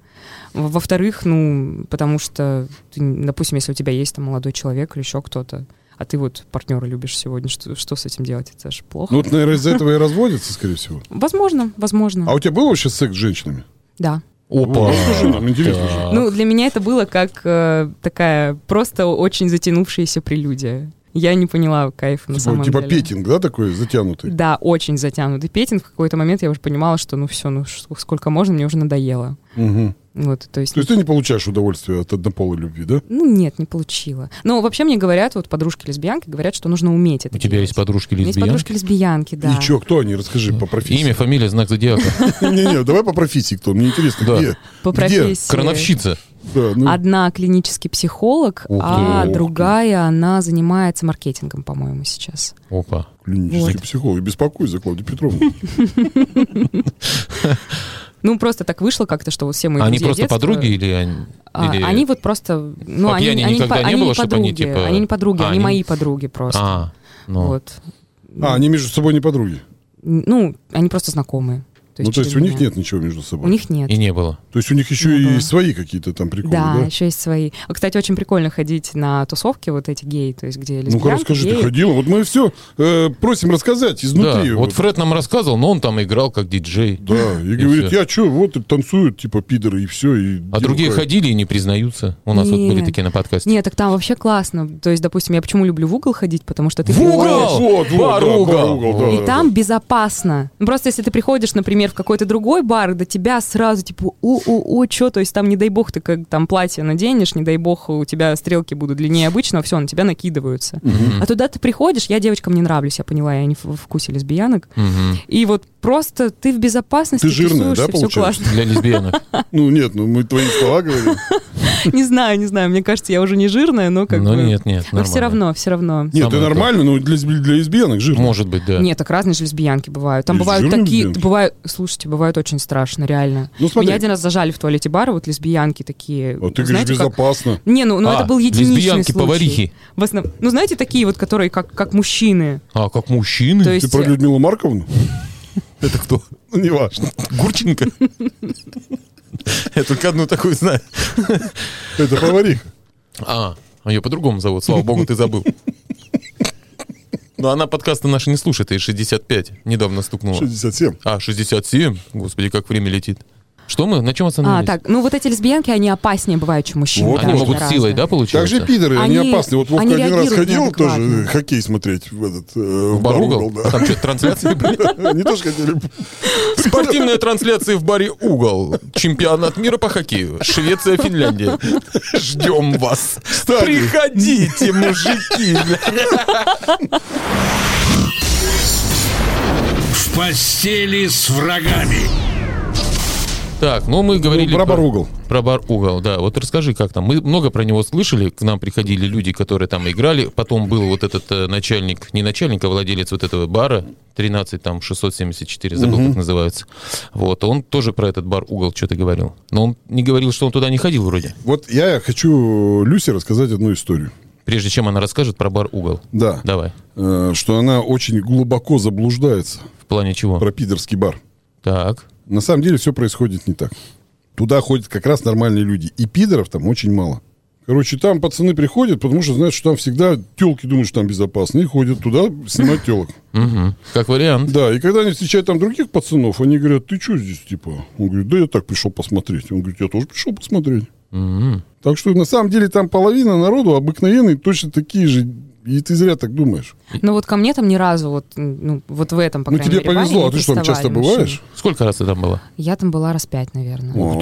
Speaker 4: Во- Во-вторых, ну, потому что, ты, допустим, если у тебя есть там молодой человек или еще кто-то, а ты вот партнера любишь сегодня, что, что с этим делать? Это же плохо.
Speaker 3: Ну вот, наверное, из-за этого и разводятся, скорее всего.
Speaker 4: возможно, возможно,
Speaker 3: А у тебя был вообще секс с женщинами?
Speaker 4: да.
Speaker 3: Опа. Интересно же.
Speaker 2: Так.
Speaker 4: Ну, для меня это было как э, такая просто очень затянувшаяся прелюдия. Я не поняла кайф на
Speaker 3: Типа,
Speaker 4: самом
Speaker 3: типа
Speaker 4: деле.
Speaker 3: петинг, да, такой затянутый?
Speaker 4: Да, очень затянутый петинг. В какой-то момент я уже понимала, что ну все, ну ш- сколько можно, мне уже надоело.
Speaker 3: Мгм.
Speaker 4: Вот, то есть...
Speaker 3: То есть ты не получаешь удовольствия от однополой любви, да?
Speaker 4: Ну нет, не получила. Но вообще мне говорят, вот подружки-лесбиянки говорят, что нужно уметь это
Speaker 2: У тебя есть
Speaker 4: У меня есть
Speaker 2: подружки-лесбиянки?
Speaker 4: подружки-лесбиянки, да.
Speaker 3: И что, кто они? Расскажи по профессии.
Speaker 2: Имя, фамилия, знак зодиака.
Speaker 3: Не-не, давай по профессии кто, мне интересно,
Speaker 2: Да.
Speaker 3: где?
Speaker 4: По
Speaker 3: Где?
Speaker 4: профессии.
Speaker 2: Крановщица.
Speaker 3: Да, ну,
Speaker 4: Одна клинический психолог,
Speaker 2: Ух ты,
Speaker 4: а
Speaker 3: ух ты.
Speaker 4: другая, она занимается маркетингом, по-моему, сейчас.
Speaker 2: Опа.
Speaker 3: клинический
Speaker 4: Вот.
Speaker 3: психолог. Беспокойся за Клавдию Петровну.
Speaker 4: Ну, просто так вышло как-то, что вот все мои
Speaker 2: Они
Speaker 4: друзья
Speaker 2: просто
Speaker 4: детства-
Speaker 2: подруги или они?
Speaker 4: А,
Speaker 2: или-
Speaker 4: Они вот просто... Ну,
Speaker 2: По
Speaker 4: они,
Speaker 2: пьяни
Speaker 4: они,
Speaker 2: никогда
Speaker 4: по-
Speaker 2: не
Speaker 4: они
Speaker 2: было,
Speaker 4: не
Speaker 2: чтобы
Speaker 4: подруги.
Speaker 2: они, типа,
Speaker 4: Они не подруги,
Speaker 2: а,
Speaker 4: они
Speaker 2: они-
Speaker 4: мои подруги просто.
Speaker 2: А, ну.
Speaker 4: Вот.
Speaker 3: А, они между собой не подруги.
Speaker 4: Ну, они просто знакомые.
Speaker 3: Ну, то есть
Speaker 4: через
Speaker 3: у них
Speaker 4: меня.
Speaker 3: нет ничего между
Speaker 4: У
Speaker 3: собой.
Speaker 4: них нет.
Speaker 2: И не было.
Speaker 3: То есть у них еще
Speaker 4: Не
Speaker 3: и
Speaker 4: было.
Speaker 3: свои какие-то там приколы,
Speaker 4: Да,
Speaker 3: да?
Speaker 4: еще есть свои. А, Кстати, очень прикольно ходить на тусовки вот эти геи, то есть где лесбиянки,
Speaker 3: Ну-ка расскажи,
Speaker 4: геи.
Speaker 3: ты ходила? Вот мы все просим рассказать
Speaker 2: Да,
Speaker 3: изнутри.
Speaker 2: вот Фред нам рассказывал, но он там играл как диджей.
Speaker 3: Да, и
Speaker 2: И
Speaker 3: говорит,
Speaker 2: всё.
Speaker 3: я что, вот танцуют, типа, пидоры, и все. И
Speaker 2: А другие
Speaker 3: ходили.
Speaker 2: ходили и не признаются. У нас вот
Speaker 4: Нет.
Speaker 2: были такие на подкасте.
Speaker 4: Нет, так там вообще классно. То есть, допустим, я почему люблю в угол ходить, потому что ты
Speaker 2: В угол!
Speaker 4: приходишь-
Speaker 3: Вот, вот,
Speaker 2: Бар
Speaker 3: да, бар
Speaker 2: угол.
Speaker 3: угол, да,
Speaker 4: И
Speaker 3: да,
Speaker 4: там безопасно. Ну, Просто если ты приходишь, например, в какой-то другой бар, до тебя сразу типа о-о-о, что? То есть там, не дай бог, ты как там платье наденешь, не дай бог, у тебя стрелки будут длиннее обычного, все, на тебя накидываются. А туда ты приходишь, я девочкам не нравлюсь, я поняла, я не в вкусе лесбиянок.
Speaker 2: Мгм.
Speaker 4: И вот просто ты в безопасности,
Speaker 3: Ты жирная, да,
Speaker 4: все
Speaker 3: получается?
Speaker 4: классно.
Speaker 2: Для лесбиянок.
Speaker 3: да. Ну нет, ну мы твои слова говорим.
Speaker 4: Не знаю, не знаю, мне кажется, я уже не жирная, но как
Speaker 2: Ну
Speaker 4: бы...
Speaker 2: нет, нет,
Speaker 4: Но все
Speaker 2: нормально.
Speaker 4: равно, все равно.
Speaker 3: Нет,
Speaker 2: Самое
Speaker 3: это
Speaker 2: то.
Speaker 3: нормально, но для лесби- для лесбиянок жирно.
Speaker 2: Может быть, да.
Speaker 4: Нет, так разные же лесбиянки бывают. Там
Speaker 3: Есть
Speaker 4: бывают
Speaker 3: жирные
Speaker 4: такие,
Speaker 3: лесбиянки?
Speaker 4: бывают, слушайте, бывают очень страшно, реально.
Speaker 3: Ну, смотри.
Speaker 4: Меня один раз зажали в туалете бара, вот лесбиянки такие.
Speaker 3: А ты говоришь,
Speaker 4: Ну, знаете, как-
Speaker 3: безопасно.
Speaker 4: Не, ну, ну
Speaker 2: А,
Speaker 4: это был единичный
Speaker 2: лесбиянки,
Speaker 4: случай.
Speaker 2: поварихи.
Speaker 4: В основном, ну знаете, такие вот, которые как, как мужчины.
Speaker 2: А как мужчины?
Speaker 4: То есть-
Speaker 3: Ты про Людмилу Марковну? Это кто? Ну, неважно.
Speaker 2: Гурченко. Я только одну такую знаю.
Speaker 3: Это повариха.
Speaker 2: А, ее по-другому зовут. Слава богу, ты забыл. Но она подкасты наши не слушает, ей 65 недавно стукнула.
Speaker 3: 67.
Speaker 2: А, 67? Господи, как время летит. Что мы? На чем
Speaker 4: А,
Speaker 2: остановились?
Speaker 4: так, ну вот эти лесбиянки, они опаснее бывают, чем мужчины.
Speaker 3: Вот
Speaker 2: Они
Speaker 4: даже
Speaker 2: могут
Speaker 4: гораздо.
Speaker 2: силой, да,
Speaker 3: Как
Speaker 2: получается?
Speaker 3: же пидоры, они,
Speaker 4: Они-
Speaker 3: опасны. Вот Вовка
Speaker 4: они
Speaker 3: один раз
Speaker 4: реагируют
Speaker 3: ходил тоже
Speaker 4: неадекватно.
Speaker 3: э, хоккей смотреть в этот... э,
Speaker 2: В
Speaker 3: в
Speaker 2: бар
Speaker 3: Баругал,
Speaker 2: угол? А там что, трансляции были?
Speaker 3: да. Они тоже хотели...
Speaker 2: Спортивная трансляция в баре «Угол». Чемпионат мира по хоккею. Швеция, Финляндия. Ждем вас.
Speaker 3: Кстати.
Speaker 2: Приходите, мужики.
Speaker 1: В постели с врагами.
Speaker 2: Так, ну мы говорили...
Speaker 3: Ну, про бар «Угол».
Speaker 2: Про бар «Угол», да. Вот расскажи, как там. Мы много про него слышали. К нам приходили люди, которые там играли. Потом был вот этот э, начальник, не начальник, а владелец вот этого бара. 13 там 674, забыл, как называется. Вот, он тоже про этот бар «Угол» что-то говорил. Но он не говорил, что он туда не ходил вроде.
Speaker 3: Вот я хочу Люсе рассказать одну историю.
Speaker 2: Прежде чем она расскажет про бар «Угол».
Speaker 3: Да.
Speaker 2: Давай.
Speaker 3: Э, Что она очень глубоко заблуждается
Speaker 2: В плане чего?
Speaker 3: про пидорский бар.
Speaker 2: Так.
Speaker 3: На самом деле все происходит не так. Туда ходят как раз нормальные люди. И пидоров там очень мало. Короче, там пацаны приходят, потому что знают, что там всегда телки думают, что там безопасно, и ходят туда снимать телок.
Speaker 2: Мгм. Как вариант.
Speaker 3: Да, и когда они встречают там других пацанов, они говорят, ты что здесь, типа? Он говорит, да я так пришел посмотреть. Он говорит, я тоже пришел посмотреть. Так что на самом деле там половина народу обыкновенные, точно такие же. И ты зря так думаешь.
Speaker 4: Ну вот ко мне там ни разу, вот, ну, вот в этом, по
Speaker 3: ну
Speaker 4: крайней
Speaker 3: тебе
Speaker 4: мере, бане
Speaker 3: повезло,
Speaker 4: не
Speaker 3: а ты что, там часто
Speaker 4: приставали мужчины.
Speaker 3: бываешь?
Speaker 2: Сколько раз ты там была?
Speaker 4: Я там была раз пять, наверное.
Speaker 3: А,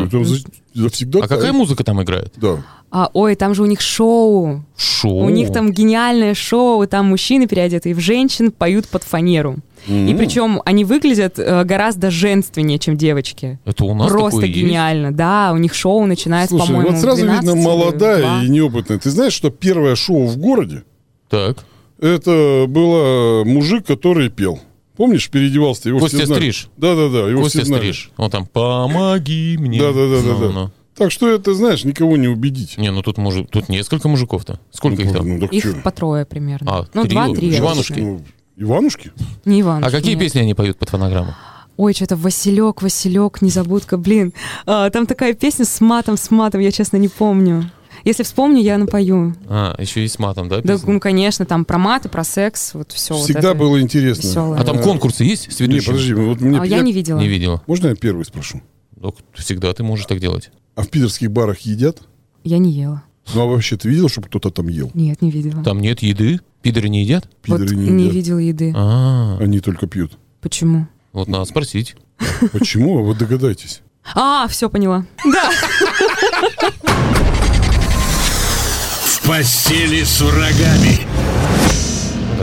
Speaker 2: ты.
Speaker 3: ты там за- завсегда
Speaker 2: Ну А какая
Speaker 3: тает.
Speaker 2: музыка там играет?
Speaker 3: Да.
Speaker 4: А, ой, там же у них шоу.
Speaker 2: Шоу.
Speaker 4: У них там гениальное шоу, там мужчины, переодетые в женщин, поют под фанеру. И причем они выглядят э, гораздо женственнее, чем девочки.
Speaker 2: Это у нас
Speaker 4: Просто
Speaker 2: такое есть?
Speaker 4: гениально, да, у них шоу начинается,
Speaker 3: Слушай,
Speaker 4: по-моему,
Speaker 3: вот
Speaker 4: в
Speaker 3: сразу
Speaker 4: 12
Speaker 3: видно
Speaker 4: или в
Speaker 3: молодая
Speaker 4: 2.
Speaker 3: и неопытная. Ты знаешь, что первое шоу в городе,
Speaker 2: Так.
Speaker 3: это был мужик, который пел. Помнишь, переодевался? Его
Speaker 2: Костя
Speaker 3: все знали.
Speaker 2: Стриж.
Speaker 3: Да-да-да, его
Speaker 2: Костя
Speaker 3: все знали.
Speaker 2: Стриж. Он там «Помоги мне». Ну,
Speaker 3: Да-да-да-да-да.
Speaker 2: ну.
Speaker 3: Так что это, знаешь, никого не убедить.
Speaker 2: Не, ну тут, мужик, тут несколько мужиков-то. Сколько их там?
Speaker 3: Ну, так чё?
Speaker 4: Их по трое примерно.
Speaker 2: А,
Speaker 4: ну,
Speaker 2: трио.
Speaker 4: два-три.
Speaker 2: Иванушки.
Speaker 4: обычно.
Speaker 3: Ну, Иванушки?
Speaker 4: Не Иванушки.
Speaker 2: А какие
Speaker 4: нет.
Speaker 2: песни они поют под фонограмму?
Speaker 4: Ой, что-то Василек, Василек, незабудка, блин. А, там такая песня с матом, с матом, я честно не помню. Если вспомню, я напою.
Speaker 2: А, еще и с матом, да,
Speaker 4: Да,
Speaker 2: песни?
Speaker 4: ну, конечно, там про маты, про секс, Ну, вот все.
Speaker 3: Всегда было интересно. Э,
Speaker 4: весёлое.
Speaker 2: А там конкурсы есть с
Speaker 3: Не,
Speaker 2: ведущим?
Speaker 3: подожди, вот мне...
Speaker 4: А я не видела.
Speaker 2: Не видела.
Speaker 3: Можно я первый спрошу?
Speaker 2: Ну, Всегда ты можешь так делать.
Speaker 3: А в пидорских барах едят?
Speaker 4: Я не ела.
Speaker 3: Ну, а вообще, ты видел, чтобы кто-то там ел?
Speaker 4: Нет, не видела.
Speaker 2: Там нет еды? Пидоры не едят?
Speaker 4: вот
Speaker 3: Пидоры
Speaker 4: не,
Speaker 3: не едят.
Speaker 4: видела еды.
Speaker 2: А,
Speaker 3: Они только пьют.
Speaker 4: Почему?
Speaker 2: вот надо спросить.
Speaker 3: Почему? А Вы догадайтесь.
Speaker 4: А, все поняла.
Speaker 1: В постели с врагами.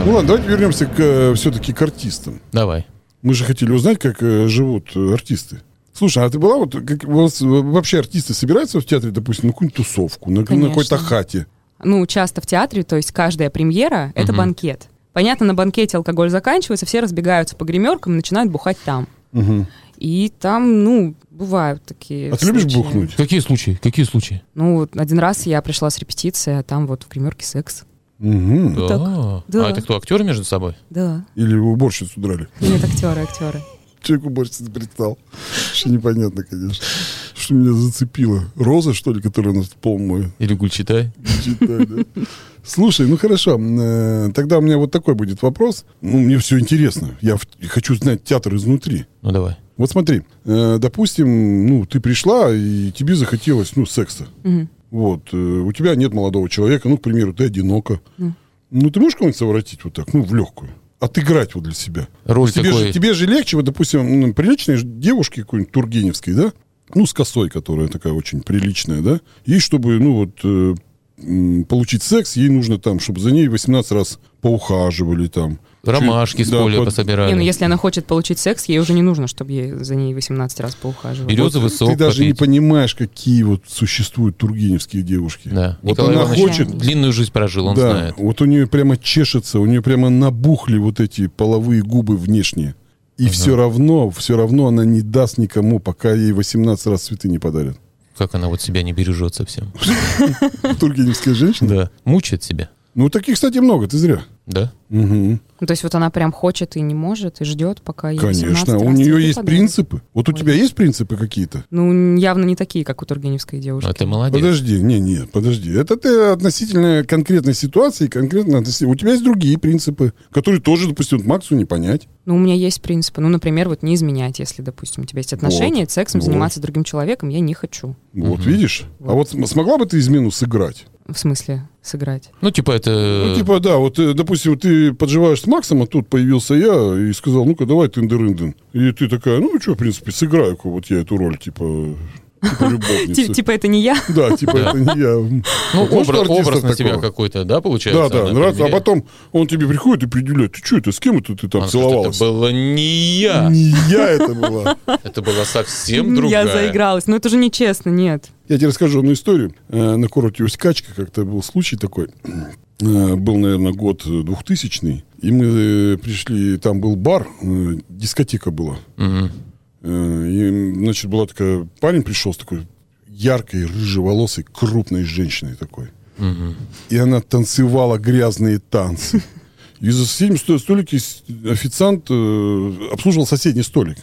Speaker 3: Ну ладно, давайте вернемся к, все-таки к артистам.
Speaker 2: Давай.
Speaker 3: Мы же хотели узнать, как э, живут э, артисты. Слушай, а ты была вот, как, у вас э, вообще артисты собираются в театре, допустим, на какую-нибудь тусовку, на, на
Speaker 4: Конечно.
Speaker 3: какой-то хате?
Speaker 4: Ну, часто в театре, то есть каждая премьера — это банкет. Понятно, на банкете алкоголь заканчивается, все разбегаются по гримеркам и начинают бухать там. И там, ну, бывают такие
Speaker 3: А ты любишь
Speaker 4: случаи.
Speaker 3: бухнуть?
Speaker 2: Какие случаи? Какие случаи?
Speaker 4: Ну, вот один раз я пришла с репетиции, а там вот в гримерке секс.
Speaker 3: Мгм.
Speaker 4: Ну так.
Speaker 2: А,
Speaker 4: Да.
Speaker 2: А это кто, актеры между собой?
Speaker 4: Да.
Speaker 3: Или уборщицу драли?
Speaker 4: Нет, актеры, актеры.
Speaker 3: Человек уборщица предстал. Вообще непонятно, конечно. Что меня зацепило? Роза, что ли, которая у нас пол мой?
Speaker 2: Или Гульчитай?
Speaker 3: читает, да? Слушай, ну хорошо, э, тогда у меня вот такой будет вопрос. Ну, мне все интересно. Я в- хочу знать театр изнутри.
Speaker 2: Ну давай.
Speaker 3: Вот смотри, э, допустим, ну, ты пришла, и тебе захотелось, ну, секса. Вот, э, у тебя нет молодого человека, ну, к примеру, ты одинока. Ну, ты можешь кого-нибудь совратить вот так, ну, в легкую? Отыграть вот для себя.
Speaker 2: Роль
Speaker 3: тебе,
Speaker 2: такой.
Speaker 3: же, тебе же легче, вот, допустим, м, приличной ж девушке какой-нибудь Тургеневской, да? Ну, с косой, которая такая очень приличная, да? И чтобы, ну, вот, э, м, получить секс, ей нужно там, чтобы за ней 18 раз поухаживали там.
Speaker 2: Ромашки с
Speaker 3: Да,
Speaker 2: поля
Speaker 3: под-
Speaker 2: пособирали.
Speaker 4: Не, ну если она хочет получить секс, ей уже не нужно, чтобы ей за ней 18 раз поухаживали.
Speaker 2: Берет- Березовый
Speaker 3: ты
Speaker 2: сок
Speaker 3: даже не
Speaker 2: попить.
Speaker 3: понимаешь, какие вот существуют тургеневские девушки.
Speaker 2: Да.
Speaker 3: Вот
Speaker 2: Николай
Speaker 3: она
Speaker 2: Иванович
Speaker 3: хочет...
Speaker 2: длинную жизнь прожил, он
Speaker 3: да,
Speaker 2: знает.
Speaker 3: вот у нее прямо чешется, у нее прямо набухли вот эти половые губы внешние. И все равно, все равно она не даст никому, пока ей 18 раз цветы не подарят.
Speaker 2: Как она вот себя не бережет совсем.
Speaker 3: Тургеневская женщина?
Speaker 2: Да. Мучает себя.
Speaker 3: Ну, таких, кстати, много, ты зря.
Speaker 2: Да?
Speaker 3: Мгм.
Speaker 4: Ну, то есть вот она прям хочет и не может, и ждет, пока ей 18
Speaker 3: Конечно, а у
Speaker 4: раз не
Speaker 3: нее есть
Speaker 4: попадает.
Speaker 3: принципы. Вот у
Speaker 4: Ой.
Speaker 3: тебя есть принципы какие-то?
Speaker 4: Ну, н- явно не такие, как у Тургеневской девушки.
Speaker 2: А ты молодец.
Speaker 3: Подожди, не, не, подожди. Это ты относительно конкретной ситуации, конкретно относительно... У тебя есть другие принципы, которые тоже, допустим, вот Максу не понять.
Speaker 4: Ну, у меня есть принципы. Ну, например, вот не изменять, если, допустим, у тебя есть отношения, сексом
Speaker 3: вот.
Speaker 4: заниматься другим человеком я не хочу.
Speaker 3: Вот видишь? А вот см- смогла бы ты измену сыграть?
Speaker 4: В смысле сыграть.
Speaker 2: Ну, типа это...
Speaker 3: Ну, типа, да, вот, э, допустим, ты подживаешь с Максом, а тут появился я и сказал, ну-ка, давай тындерындын. И ты такая, ну, что, в принципе, сыграю-ка вот я эту роль, типа, типа
Speaker 4: Ти-
Speaker 3: любовницы.
Speaker 4: Типа это не я.
Speaker 3: Да, типа, это не я.
Speaker 2: ну,
Speaker 3: Вот может,
Speaker 2: обра-
Speaker 3: артиста
Speaker 2: образ на себя
Speaker 3: такого.
Speaker 2: какой-то, да, получается?
Speaker 3: Да, да,
Speaker 2: она
Speaker 3: нравится. А
Speaker 2: определяет?
Speaker 3: потом он тебе приходит и предъявляет, ты что это, с кем это ты там
Speaker 2: Она скажет,
Speaker 3: целовалась?
Speaker 2: А, Это было не я.
Speaker 3: Не я это была.
Speaker 2: Это была совсем другая.
Speaker 4: Я заигралась. Но это же нечестно, нет.
Speaker 3: Я тебе расскажу одну историю. Э, На курорте Усть-Качка как-то был случай такой. Э, Был, наверное, год э, 2000 и мы э, пришли, там был бар, э, дискотека была.
Speaker 2: Мгм.
Speaker 3: Э, И, значит, была такая... Парень пришел с такой яркой, рыжеволосой, крупной женщиной такой. И она танцевала грязные танцы. И за соседним сто- столике с- официант э, обслуживал соседний столик.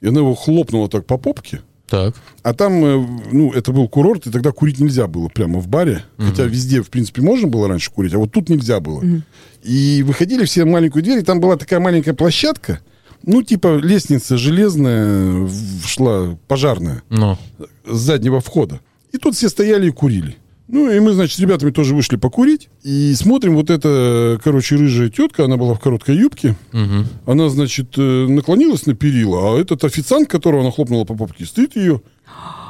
Speaker 3: И она его хлопнула так по попке.
Speaker 2: Так.
Speaker 3: А там, э, ну, это был курорт, и тогда курить нельзя было прямо в баре. Хотя везде, в принципе, можно было раньше курить, а вот тут нельзя было. И выходили все в маленькую дверь, и там была такая маленькая площадка, ну, типа лестница железная, в- шла пожарная
Speaker 2: Ну.
Speaker 3: с заднего входа. И тут все стояли и курили. Ну, и мы, значит, с ребятами тоже вышли покурить. И смотрим, вот эта, короче, рыжая тетка, она была в короткой юбке.
Speaker 2: Мгм.
Speaker 3: Она, значит, э, наклонилась на перила, а этот официант, которого она хлопнула по попке, стоит ее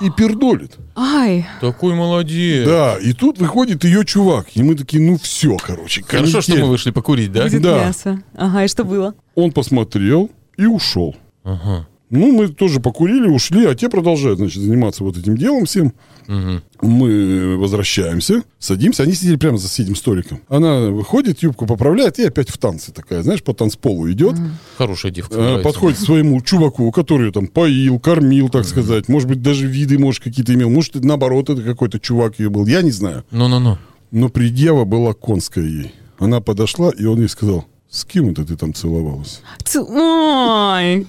Speaker 3: и пердолит.
Speaker 4: Ай,
Speaker 2: Такой молодец.
Speaker 3: Да, и тут выходит ее чувак. И мы такие, ну все, короче.
Speaker 2: Хорошо, что
Speaker 3: канитель.
Speaker 2: мы вышли покурить, да?
Speaker 4: будет
Speaker 3: Да.
Speaker 4: мясо. Ага, и что было?
Speaker 3: Он посмотрел и ушел.
Speaker 2: Ага.
Speaker 3: Ну, мы тоже покурили, ушли, а те продолжают, значит, заниматься вот этим делом всем.
Speaker 2: Мгм.
Speaker 3: Мы возвращаемся, садимся. Они сидели прямо за соседним столиком. Она выходит, юбку поправляет и опять в танце такая, знаешь, по танцполу идет.
Speaker 2: Хорошая девка.
Speaker 3: Э,
Speaker 2: нравится.
Speaker 3: подходит к своему чуваку, который её там поил, кормил, так сказать. Может быть, даже виды, может, какие-то имел. Может, это наоборот, это какой-то чувак ее был. Я не знаю.
Speaker 2: Ну-ну-ну.
Speaker 3: Но предъява была конская ей. Она подошла, и он ей сказал, с кем это ты там целовалась?
Speaker 4: Ц- Ой.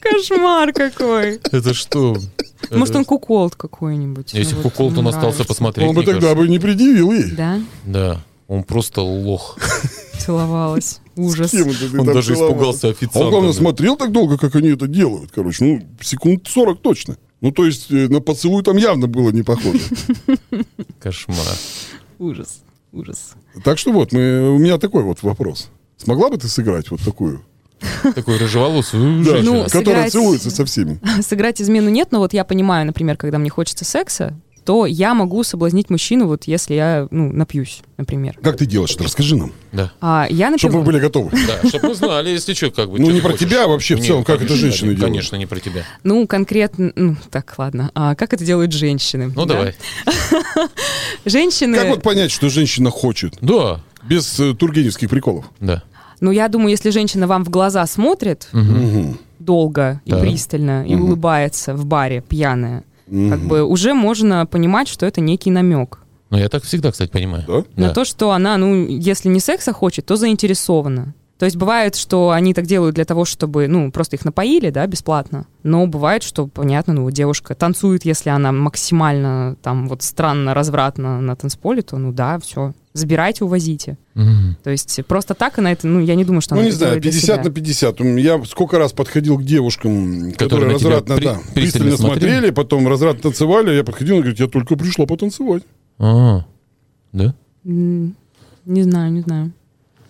Speaker 4: Кошмар какой.
Speaker 2: Это что?
Speaker 4: Может, он куколд какой-нибудь.
Speaker 2: Если
Speaker 4: Ну,
Speaker 2: бы
Speaker 4: вот
Speaker 2: кукол, то он
Speaker 4: ему
Speaker 2: остался
Speaker 4: нравится.
Speaker 2: посмотреть.
Speaker 3: он бы
Speaker 2: мне
Speaker 3: тогда бы не предъявил ей.
Speaker 4: Да?
Speaker 2: кажется. Да. Он просто лох.
Speaker 4: Целовалась. Ужас.
Speaker 3: «С кем это ты
Speaker 2: Он
Speaker 3: там
Speaker 2: даже
Speaker 3: целовалась?»
Speaker 2: испугался
Speaker 3: А он,
Speaker 2: официанта.
Speaker 3: главное,
Speaker 2: блин.
Speaker 3: смотрел так долго, как они это делают, короче. Ну, секунд 40 точно. Ну, то есть, э, на поцелуй там явно было не похоже.
Speaker 2: Кошмар.
Speaker 4: Ужас. Ужас.
Speaker 3: Так что вот, мы, у меня такой вот вопрос. Смогла бы ты сыграть вот такую?
Speaker 2: Такой рыжеволосый. э,
Speaker 3: Да,
Speaker 4: Ну,
Speaker 2: женщина.
Speaker 3: которая
Speaker 4: сыграть-
Speaker 3: целуется со всеми.
Speaker 4: Сыграть измену нет, но вот я понимаю, например, когда мне хочется секса, то я могу соблазнить мужчину, вот если я, ну, напьюсь, например.
Speaker 3: Как ты делаешь это? Расскажи нам,
Speaker 2: Да.
Speaker 4: А я,
Speaker 3: чтобы
Speaker 4: например...
Speaker 3: мы были готовы.
Speaker 2: Да, чтобы мы знали, если что, как бы.
Speaker 3: Ну,
Speaker 2: чё
Speaker 3: не
Speaker 2: ты
Speaker 3: про
Speaker 2: хочешь.
Speaker 3: тебя, а вообще в
Speaker 2: Нет,
Speaker 3: целом, как это
Speaker 2: конечно,
Speaker 3: женщины делают.
Speaker 2: Конечно, не про тебя.
Speaker 4: Ну, конкретно... Ну, так, ладно. А как это делают женщины?
Speaker 2: Ну,
Speaker 4: да?
Speaker 2: давай.
Speaker 4: Женщины...
Speaker 3: Как вот понять, что женщина хочет?
Speaker 2: Да,
Speaker 3: Без э, тургеневских приколов.
Speaker 2: да.
Speaker 4: Ну, я думаю, если женщина вам в глаза смотрит долго и
Speaker 2: Да.
Speaker 4: пристально, и улыбается в баре пьяная, как бы уже можно понимать, что это некий намек.
Speaker 2: Ну, я так всегда, кстати, понимаю.
Speaker 3: Да?
Speaker 4: На то, что она, ну, если не секса хочет, то заинтересована. То есть бывает, что они так делают для того, чтобы, ну, просто их напоили, да, бесплатно. Но бывает, что, понятно, ну, девушка танцует, если она максимально там вот странно, развратно на танцполе, то, ну да, все, забирайте, увозите.
Speaker 2: Мгм.
Speaker 4: То есть просто так она это, ну, я не думаю, что
Speaker 3: Ну,
Speaker 4: она
Speaker 3: не
Speaker 4: это
Speaker 3: знаю,
Speaker 4: делает для
Speaker 3: 50 на
Speaker 4: себя.
Speaker 3: 50. Ум, Я сколько раз подходил к девушкам, которые,
Speaker 2: на тебя
Speaker 3: развратно
Speaker 2: при-
Speaker 3: да,
Speaker 2: пристально
Speaker 3: пристально
Speaker 2: смотрели.
Speaker 3: смотрели, потом развратно танцевали. Я подходил и говорит, я только пришла потанцевать.
Speaker 2: А, Да?
Speaker 4: М, Не знаю, не знаю.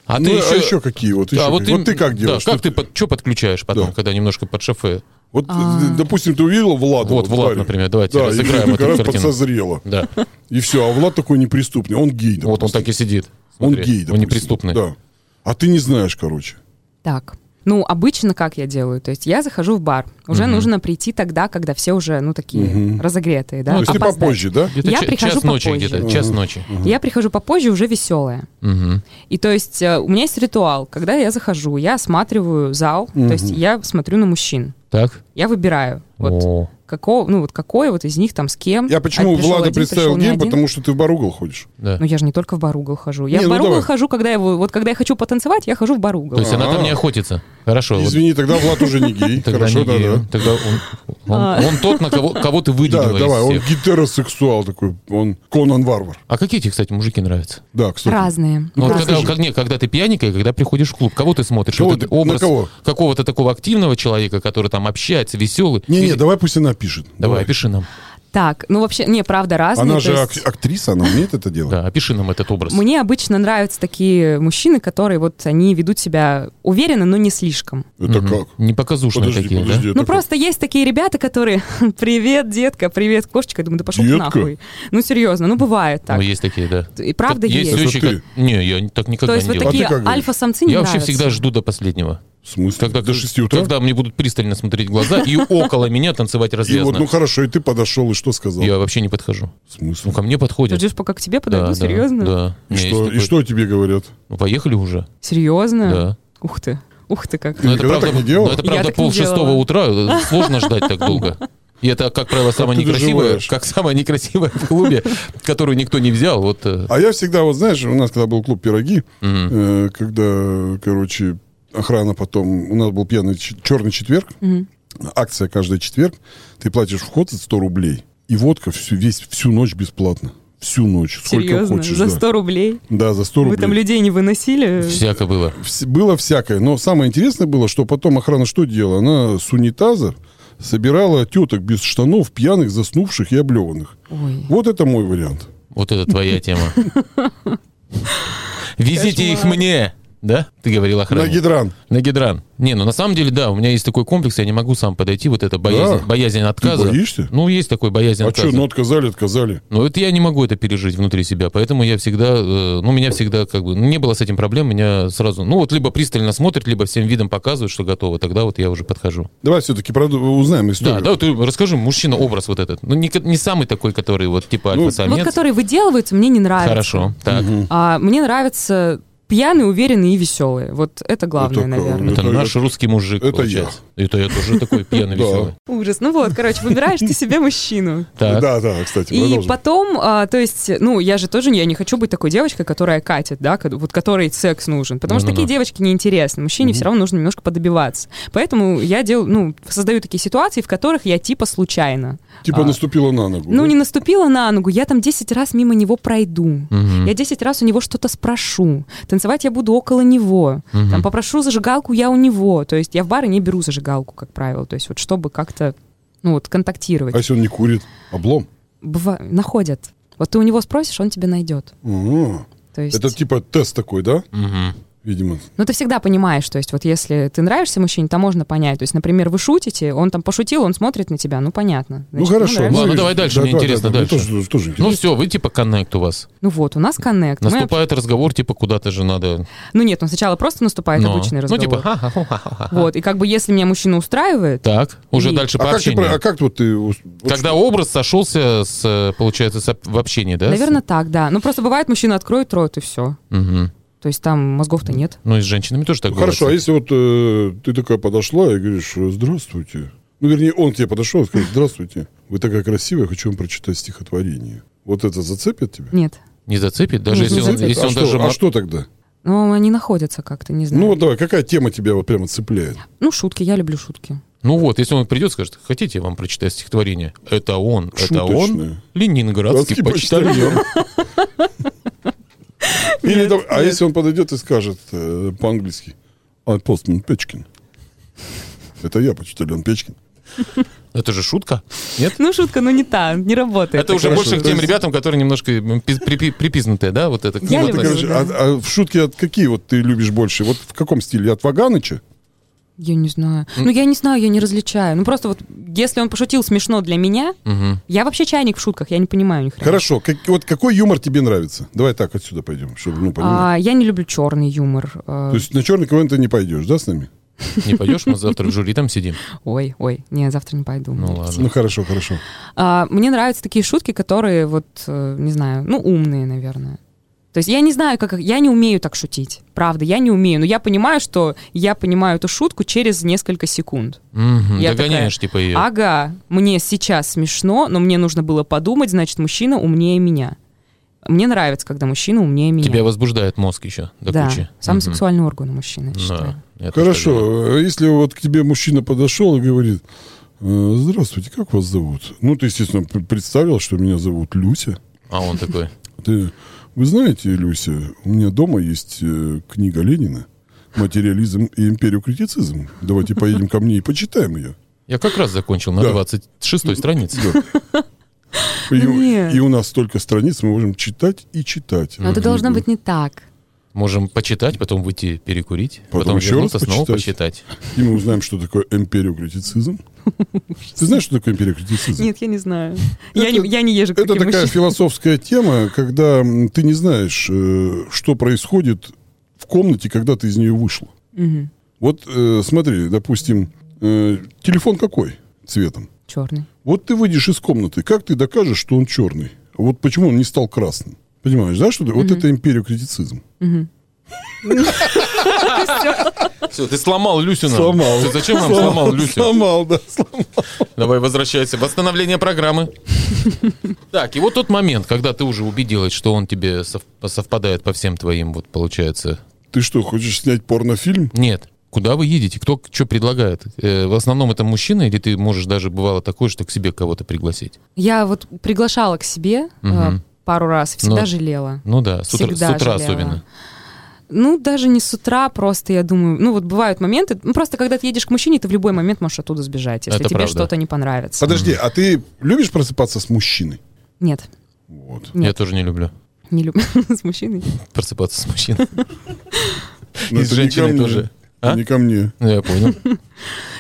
Speaker 2: А
Speaker 3: ну,
Speaker 2: ты
Speaker 3: а
Speaker 2: еще...
Speaker 3: еще какие? Вот, еще
Speaker 2: А
Speaker 3: какие? вот
Speaker 2: им-
Speaker 3: ты как
Speaker 2: да,
Speaker 3: делаешь?
Speaker 2: как
Speaker 3: Что
Speaker 2: ты, под- чё подключаешь потом,
Speaker 3: Да.
Speaker 2: когда немножко под шофе?
Speaker 3: Вот,
Speaker 4: А.
Speaker 3: э, допустим, ты увидела Влада.
Speaker 2: Вот,
Speaker 3: в
Speaker 2: Влад,
Speaker 3: баре.
Speaker 2: например, давайте
Speaker 3: Да, и
Speaker 2: сыграем
Speaker 3: ты
Speaker 2: эту
Speaker 3: раз
Speaker 2: картину.
Speaker 3: подсозрела.
Speaker 2: Да.
Speaker 3: И все, а Влад такой неприступный. Он гей,
Speaker 2: Вот он
Speaker 3: допустим.
Speaker 2: так и сидит.
Speaker 3: Он
Speaker 2: Смотри,
Speaker 3: гей,
Speaker 2: Он
Speaker 3: допустим.
Speaker 2: неприступный.
Speaker 3: Да. А ты не знаешь, короче.
Speaker 4: Так. Ну, обычно как я делаю? То есть я захожу в бар. Уже нужно прийти тогда, когда все уже, ну, такие разогретые, да?
Speaker 3: Ну, То есть ты
Speaker 4: А, опоздать.
Speaker 3: попозже, да?
Speaker 2: Где-то
Speaker 4: Я
Speaker 2: ча-
Speaker 4: прихожу
Speaker 2: час ночи
Speaker 4: попозже.
Speaker 2: где-то, час ночи.
Speaker 4: Я прихожу попозже, уже веселая.
Speaker 2: Мгм.
Speaker 4: И то есть э, у меня есть ритуал. Когда я захожу, я осматриваю зал, то есть я смотрю на мужчин.
Speaker 2: Так?
Speaker 4: Я выбираю. Вот
Speaker 2: О,
Speaker 4: какого, ну вот какой вот из них там с кем.
Speaker 3: Я почему
Speaker 4: Один пришел
Speaker 3: Влада
Speaker 4: один,
Speaker 3: представил
Speaker 4: пришел не
Speaker 3: гей,
Speaker 4: один.
Speaker 3: потому что ты в Баругал ходишь.
Speaker 2: Да.
Speaker 4: Ну я же не только в Баругал хожу.
Speaker 3: Не,
Speaker 4: Я в
Speaker 3: ну
Speaker 4: Баругал
Speaker 3: давай.
Speaker 4: хожу, когда я вот когда я хочу потанцевать, я хожу в Баругал.
Speaker 2: То есть она там не охотится. Хорошо. вот
Speaker 3: А. Извини, тогда Влад уже не гей.
Speaker 2: Тогда
Speaker 3: Хорошо,
Speaker 2: не
Speaker 3: да,
Speaker 2: гею.
Speaker 3: да.
Speaker 2: Тогда он, он-
Speaker 4: А.
Speaker 2: он тот, на кого, кого ты
Speaker 3: Да,
Speaker 2: выделила из
Speaker 3: давай, он
Speaker 2: всех.
Speaker 3: гетеросексуал такой, он Конан Варвар.
Speaker 2: А какие тебе, кстати, мужики нравятся?
Speaker 3: Да, кстати.
Speaker 4: Разные.
Speaker 2: Ну, вот
Speaker 4: Разные.
Speaker 2: когда, как- не, когда ты пьяненькая, когда приходишь в клуб, кого ты смотришь?
Speaker 3: Кого
Speaker 2: Вот этот
Speaker 3: ты- на
Speaker 2: образ
Speaker 3: кого?
Speaker 2: какого-то такого активного человека, который там общается, веселый.
Speaker 3: Не-не,
Speaker 2: давай.
Speaker 3: давай пусть она пишет.
Speaker 2: опиши нам.
Speaker 4: Так, ну вообще, не, правда, разные.
Speaker 3: Она
Speaker 4: то
Speaker 3: же
Speaker 4: есть-
Speaker 3: ак- актриса, она умеет это делать.
Speaker 2: Да, опиши нам этот образ.
Speaker 4: Мне обычно нравятся такие мужчины, которые вот они ведут себя уверенно, но не слишком.
Speaker 3: Это
Speaker 2: Мгм.
Speaker 3: как?
Speaker 2: Непоказушные
Speaker 3: Подожди,
Speaker 2: такие,
Speaker 3: подожди.
Speaker 2: да?
Speaker 3: это
Speaker 4: ну, просто есть такие ребята, которые «Привет, детка, привет, кошечка». Я думаю, да пошел ты
Speaker 3: Детка?
Speaker 4: нахуй. Ну, серьезно, ну, бывает так.
Speaker 2: Ну, есть такие, да.
Speaker 4: И правда есть.
Speaker 3: Это
Speaker 2: люди,
Speaker 3: ты.
Speaker 2: как- Не, я так никогда
Speaker 4: То есть
Speaker 2: не
Speaker 4: вот
Speaker 2: делал.
Speaker 4: такие
Speaker 3: А ты как говоришь?
Speaker 4: альфа-самцы не
Speaker 2: Я вообще
Speaker 4: нравятся.
Speaker 2: всегда жду до последнего.
Speaker 3: В смысле?
Speaker 2: Когда,
Speaker 3: До 6 утра?
Speaker 2: когда мне будут пристально смотреть в глаза и около меня танцевать
Speaker 3: И вот,
Speaker 2: развязно.
Speaker 3: ну хорошо, и ты подошел, и что сказал?
Speaker 2: Я вообще не подхожу.
Speaker 3: В смысле?
Speaker 2: Ну, ко мне
Speaker 4: Ты
Speaker 2: подходят.
Speaker 4: ждешь, пока к тебе
Speaker 2: Да,
Speaker 4: подойду?
Speaker 2: да,
Speaker 4: серьезно?
Speaker 2: Да. У
Speaker 3: И
Speaker 2: меня есть
Speaker 3: что, и
Speaker 2: такой-
Speaker 3: что тебе говорят?
Speaker 2: Ну, Поехали уже.
Speaker 4: Серьезно?
Speaker 2: Да.
Speaker 4: Ух ты, ух ты как.
Speaker 3: Ты никогда так не делала?
Speaker 2: ну, это
Speaker 4: А. Я
Speaker 2: правда
Speaker 4: так не
Speaker 2: пол шестого
Speaker 4: делала.
Speaker 2: утра. э, Сложно ждать так долго. И это, как правило, самое
Speaker 3: ты
Speaker 2: некрасивое,
Speaker 3: доживаешь?
Speaker 2: как самое некрасивое в клубе, которую никто не взял. Вот э,
Speaker 3: А я всегда, вот знаешь, у нас когда был клуб «Пироги», э, когда, короче, охрана потом... У нас был пьяный ч- черный четверг, акция каждый четверг. Ты платишь вход за 100 рублей, и водка всю, весь, всю ночь бесплатно. Всю ночь, сколько
Speaker 4: Серьезно?
Speaker 3: хочешь.
Speaker 4: За
Speaker 3: да.
Speaker 4: 100 рублей?
Speaker 3: Да, за 100
Speaker 4: Вы
Speaker 3: рублей.
Speaker 4: там людей не выносили?
Speaker 2: всяко было.
Speaker 3: Вс- Было всякое, но самое интересное было, что потом охрана что делала? Она с унитаза собирала теток без штанов, пьяных, заснувших и облеванных.
Speaker 4: Ой.
Speaker 3: Вот это мой вариант.
Speaker 2: Вот это твоя тема. Везите их мне, да? Ты говорил
Speaker 3: На
Speaker 2: охране.
Speaker 3: гидран.
Speaker 2: На гидран. Не, ну на самом деле, да, у меня есть такой комплекс, я не могу сам подойти, вот это боязнь,
Speaker 3: Да?
Speaker 2: боязнь отказа.
Speaker 3: боишься?
Speaker 2: Ну, есть такой боязнь
Speaker 3: А
Speaker 2: отказа.
Speaker 3: что, ну отказали, отказали.
Speaker 2: Но это я не могу это пережить внутри себя, поэтому я всегда, э, ну, меня всегда как бы, ну, не было с этим проблем, меня сразу, ну, вот либо пристально смотрят, либо всем видом показывают, что готово, тогда вот я уже подхожу.
Speaker 3: Давай все-таки узнаем
Speaker 2: Да,
Speaker 3: историю.
Speaker 2: да, ты расскажи, мужчина, образ вот этот, ну, не, ко- не самый такой, который вот типа
Speaker 3: Ну,
Speaker 2: альфа-самец.
Speaker 4: Вот которые выделываются, мне не нравится.
Speaker 2: Хорошо, так.
Speaker 4: А мне нравятся пьяные, уверенные и веселые. Вот это главное,
Speaker 3: Это-
Speaker 4: наверное.
Speaker 2: Это
Speaker 3: Это-
Speaker 2: наш русский мужик,
Speaker 3: это
Speaker 2: получается. Это я тоже такой пьяный,
Speaker 3: Да.
Speaker 2: веселый.
Speaker 4: Ужас. Ну вот, короче, выбираешь ты себе мужчину.
Speaker 2: Так.
Speaker 3: да, да, кстати,
Speaker 2: Типа,
Speaker 4: И
Speaker 3: продолжим.
Speaker 4: потом, а, то есть, ну, я же тоже, не- я не хочу быть такой девочкой, которая катит, да, ко- вот которой секс нужен. Потому что
Speaker 2: Ну-ну-ну.
Speaker 4: такие девочки неинтересны. Мужчине все равно нужно немножко подобиваться. Поэтому я делаю, ну, создаю такие ситуации, в которых я типа случайно.
Speaker 3: Типа
Speaker 4: а,
Speaker 3: наступила на ногу.
Speaker 4: Ну,
Speaker 3: да?
Speaker 4: не наступила на ногу, я там 10 раз мимо него пройду.
Speaker 2: Мгм.
Speaker 4: Я 10 раз у него что-то спрошу. Танцевать я буду около него.
Speaker 2: Мгм.
Speaker 4: Там попрошу зажигалку, я у него. То есть я в бары не беру зажигалку, как правило. То есть вот чтобы как-то, ну вот, контактировать.
Speaker 3: А если он не курит? Облом.
Speaker 4: Быва- Находят. Вот ты у него спросишь, он тебя найдет.
Speaker 3: Ага.
Speaker 4: То есть...
Speaker 3: Это типа тест такой, да?
Speaker 2: Мгм.
Speaker 3: Видимо.
Speaker 4: Ну, ты всегда понимаешь, то есть вот если ты нравишься мужчине, то можно понять. То есть, например, вы шутите, он там пошутил, он смотрит на тебя, ну, понятно.
Speaker 3: Ну
Speaker 4: Значит, ему
Speaker 3: хорошо.
Speaker 4: нравится.
Speaker 2: Ладно,
Speaker 3: ну,
Speaker 2: давай дальше,
Speaker 3: да,
Speaker 2: мне
Speaker 3: да,
Speaker 2: интересно
Speaker 3: да, да,
Speaker 2: дальше.
Speaker 3: мне Тоже, тоже интересно.
Speaker 2: Ну все, вы типа коннект у вас.
Speaker 4: Ну вот, у нас коннект. Мы об-
Speaker 2: Наступает разговор, типа куда-то же надо.
Speaker 4: Ну нет, он сначала просто наступает
Speaker 2: Но.
Speaker 4: А обычный
Speaker 2: Ну
Speaker 4: разговор.
Speaker 2: типа, ха-ха-ха-ха-ха.
Speaker 4: Вот, и как бы если меня мужчина устраивает,
Speaker 2: Так, уже
Speaker 4: И-
Speaker 2: дальше по
Speaker 3: а, как ты,
Speaker 2: общению.
Speaker 3: про- а как вот ты... вот-
Speaker 2: Когда образ сошелся с, э, получается, с об- в общении, да?
Speaker 4: Наверное, так, да. Ну, просто бывает, мужчина откроет рот, и все.
Speaker 2: Мгм.
Speaker 4: То есть там мозгов-то нет.
Speaker 2: Ну и с женщинами тоже так
Speaker 3: Ну, Хорошо, а
Speaker 2: бывает.
Speaker 3: если вот э, ты такая подошла и говоришь, э, здравствуйте. Ну, вернее, он к тебе подошел и сказал, здравствуйте. Вы такая красивая, хочу вам прочитать стихотворение. Вот это зацепит тебя?
Speaker 4: Нет.
Speaker 2: Не зацепит, даже
Speaker 4: Не
Speaker 2: если он,
Speaker 3: Зацепит?
Speaker 2: если
Speaker 3: а,
Speaker 2: он
Speaker 3: что,
Speaker 2: даже...
Speaker 3: а
Speaker 2: ма-
Speaker 3: что тогда?
Speaker 4: Ну, они находятся как-то, не знаю.
Speaker 3: Ну
Speaker 4: Ну,
Speaker 3: вот давай, какая тема тебя вот прямо цепляет?
Speaker 4: шутки, я люблю шутки.
Speaker 2: Ну вот, если он придет, скажет, хотите, я вам прочитаю стихотворение? Это он, это он,
Speaker 3: Шуточное.
Speaker 2: ленинградский
Speaker 3: Датский
Speaker 2: почтальон.
Speaker 3: Или давай- а если он подойдет и скажет э, по-английски, а постман Печкин. Это я, почтальон Печкин.
Speaker 2: Это же шутка, нет?
Speaker 4: Ну, шутка, ну не та, не работает.
Speaker 2: Это уже
Speaker 3: хорошо.
Speaker 2: больше к
Speaker 3: То
Speaker 2: тем
Speaker 3: есть-
Speaker 2: ребятам, которые немножко м, пи- припи- припизнутые, да? Вот это.
Speaker 4: Я
Speaker 2: вот
Speaker 4: люблю.
Speaker 2: это.
Speaker 3: Короче, а, а в шутке от какие вот ты любишь больше? Вот в каком стиле? От Ваганыча?
Speaker 4: Я не знаю. Ну, я не знаю, я не различаю. Ну, просто вот, если он пошутил смешно для меня,
Speaker 2: Мгм.
Speaker 4: я вообще чайник в шутках, я не понимаю ни хрена.
Speaker 3: Хорошо, как- вот какой юмор тебе нравится? Давай так отсюда пойдем, чтобы ну понимать.
Speaker 4: А, я не люблю черный юмор. А,
Speaker 3: То есть на черный КВН ты не пойдешь, да, с нами?
Speaker 2: Не пойдешь, мы завтра в жюри там сидим.
Speaker 4: Ой, ой, не, завтра не пойду.
Speaker 2: Ну
Speaker 3: Ну
Speaker 2: ладно.
Speaker 3: хорошо, хорошо.
Speaker 4: А, мне нравятся такие шутки, которые вот, э, не знаю, ну, умные, наверное. То есть я не знаю, как... Я не умею так шутить. Правда, я не умею. Но я понимаю, что я понимаю эту шутку через несколько секунд.
Speaker 2: Мгм,
Speaker 4: Я
Speaker 2: Догоняешь, типа, ее.
Speaker 4: Ага, мне сейчас смешно, но мне нужно было подумать, значит, мужчина умнее меня. Мне нравится, когда мужчина умнее меня.
Speaker 2: Тебя возбуждает мозг еще до
Speaker 4: да,
Speaker 2: кучи.
Speaker 4: самый
Speaker 2: Мгм.
Speaker 4: сексуальный орган у мужчины, я
Speaker 2: Да,
Speaker 4: считаю.
Speaker 2: я тоже так думаю.
Speaker 3: Хорошо, э, если вот к тебе мужчина подошел и говорит, «Э, здравствуйте, как вас зовут? Ну, ты, естественно, п- представил, что меня зовут Люся.
Speaker 2: А он такой,
Speaker 3: Ты, вы знаете, Люся, у меня дома есть э, книга Ленина «Материализм и империокритицизм». Давайте поедем ко мне и почитаем ее.
Speaker 2: я как раз закончил на
Speaker 3: Да.
Speaker 2: 26 странице.
Speaker 3: И,
Speaker 4: Ну, нет.
Speaker 3: и у нас столько страниц, мы можем читать и
Speaker 2: Ну,
Speaker 3: читать.
Speaker 4: Но это должно быть не так.
Speaker 2: Можем почитать, потом выйти перекурить,
Speaker 3: Потом
Speaker 2: потом,
Speaker 3: еще
Speaker 2: вернуться,
Speaker 3: раз
Speaker 2: снова
Speaker 3: почитать.
Speaker 2: почитать.
Speaker 3: И мы узнаем, что такое эмпериокритицизм. Ты знаешь, что такое эмпериокритицизм?
Speaker 4: Нет, я не знаю. Я
Speaker 3: Это-
Speaker 4: не, я не езжу к
Speaker 3: Это
Speaker 4: таким
Speaker 3: такая
Speaker 4: мужчинам.
Speaker 3: философская тема, когда м, ты не знаешь, э, что происходит в комнате, когда ты из нее вышла.
Speaker 4: Мгм.
Speaker 3: Вот э, смотри, допустим, э, телефон какой цветом?
Speaker 4: Черный.
Speaker 3: Вот ты выйдешь из комнаты, как ты докажешь, что он черный? Вот почему он не стал красным? Понимаешь, да, что ты? Вот это империокритицизм.
Speaker 2: Все, ты сломал Люсю нам.
Speaker 3: Сломал.
Speaker 2: Ты зачем нам сломал Люсю?
Speaker 3: Сломал, да.
Speaker 2: Давай возвращайся. Восстановление программы. Так, и вот тот момент, когда ты уже убедилась, что он тебе сов- совпадает по всем твоим, вот получается.
Speaker 3: Ты что, хочешь снять порнофильм?
Speaker 2: Нет. Куда вы едете? Кто что предлагает? Э, в основном это мужчина, или ты можешь даже бывало такое, что к себе кого-то пригласить?
Speaker 4: Я вот приглашала к себе э,
Speaker 2: Мгм.
Speaker 4: пару раз, всегда
Speaker 2: Ну.
Speaker 4: жалела.
Speaker 2: Ну да, с утра, с
Speaker 4: Всегда
Speaker 2: утра
Speaker 4: жалела.
Speaker 2: особенно.
Speaker 4: Ну, даже не с утра, просто я думаю, ну вот бывают моменты, ну просто когда ты едешь к мужчине, ты в любой момент можешь оттуда сбежать, если
Speaker 2: Это
Speaker 4: тебе
Speaker 2: правда.
Speaker 4: что-то не понравится.
Speaker 3: Подожди, а ты любишь просыпаться с мужчиной?
Speaker 4: Нет,
Speaker 3: Вот.
Speaker 2: Я
Speaker 4: Нет.
Speaker 2: тоже не люблю
Speaker 4: не люблю с мужчиной.
Speaker 2: просыпаться с мужчиной.
Speaker 3: Но
Speaker 2: И с
Speaker 3: это не ко
Speaker 2: женщиной
Speaker 3: мне.
Speaker 2: тоже. А?
Speaker 3: Не ко мне.
Speaker 2: Ну, Я понял.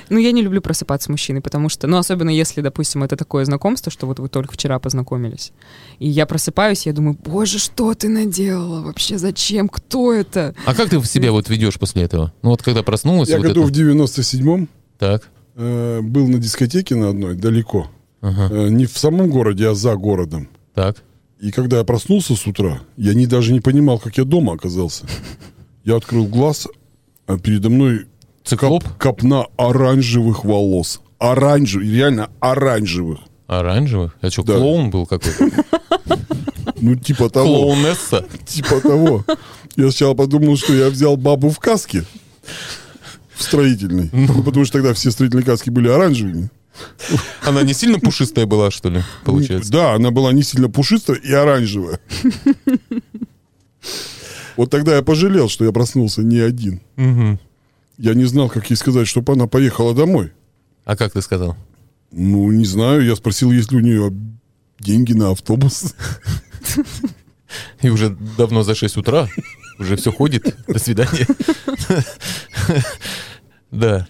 Speaker 4: Ну, я не люблю просыпаться с мужчиной, потому что, ну, особенно если, допустим, это такое знакомство, что вот вы только вчера познакомились. И я просыпаюсь, я думаю, боже, что ты наделала вообще, зачем, кто это?
Speaker 2: А как ты себя вот ведешь после этого? Ну вот когда проснулась,
Speaker 3: Я
Speaker 2: вот
Speaker 3: году в
Speaker 2: это...
Speaker 3: 97-м
Speaker 2: Так.
Speaker 3: э, был на дискотеке на одной, далеко.
Speaker 2: Ага.
Speaker 3: Э, не в самом городе, а за городом.
Speaker 2: Так.
Speaker 3: И когда я проснулся с утра, я не, даже не понимал, как я дома оказался. Я открыл глаз, а передо мной
Speaker 2: Циклоп?
Speaker 3: копна оранжевых волос. Оранжевых, реально оранжевых.
Speaker 2: Оранжевых? А что,
Speaker 3: Да.
Speaker 2: клоун был какой-то?
Speaker 3: Ну, типа того.
Speaker 2: Клоунесса?
Speaker 3: Типа того. Я сначала подумал, что я взял бабу в каске. В строительной. Ну, потому что тогда все строительные каски были оранжевыми.
Speaker 2: Она не сильно пушистая была, что ли, получается?
Speaker 3: Да, она была не сильно пушистая и оранжевая. Вот тогда я пожалел, что я проснулся не один. Я не знал, как ей сказать, чтобы она поехала домой.
Speaker 2: А как ты сказал?
Speaker 3: Ну, не знаю, я спросил, есть ли у нее деньги на автобус.
Speaker 2: И уже давно за 6 утра, уже все ходит, до свидания. Да.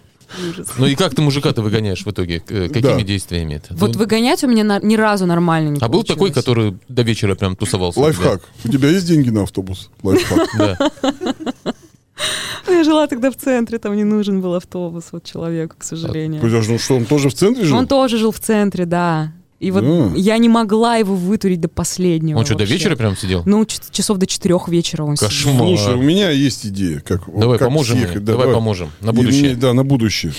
Speaker 2: Ну и как ты мужика ты выгоняешь в итоге? Э,
Speaker 3: Да.
Speaker 2: Какими действиями это?
Speaker 4: Вот
Speaker 2: Ну,
Speaker 4: выгонять у меня на- ни разу нормально не
Speaker 2: А был такой,
Speaker 4: получилось.
Speaker 2: который до вечера прям тусовался?
Speaker 3: Лайфхак. У тебя есть деньги на автобус? Лайфхак.
Speaker 2: Да. Да.
Speaker 4: Ну, Я жила тогда в центре, там не нужен был автобус вот
Speaker 2: А,
Speaker 4: человеку, к сожалению.
Speaker 3: Подожди, ну что, он тоже в центре жил?
Speaker 4: Он тоже жил в центре, да. И вот
Speaker 3: Да.
Speaker 4: я не могла его вытурить до последнего.
Speaker 2: Он что, до
Speaker 4: вообще.
Speaker 2: вечера прям сидел?
Speaker 4: Ну, ч- часов до четырех вечера он сидел.
Speaker 2: Кошмар.
Speaker 3: Слушай, у меня есть идея. Как, вот
Speaker 2: Давай
Speaker 3: как
Speaker 2: поможем
Speaker 3: съехать.
Speaker 2: мне,
Speaker 3: Да,
Speaker 2: давай поможем. На
Speaker 3: И
Speaker 2: будущее.
Speaker 3: мне- Да, на будущее.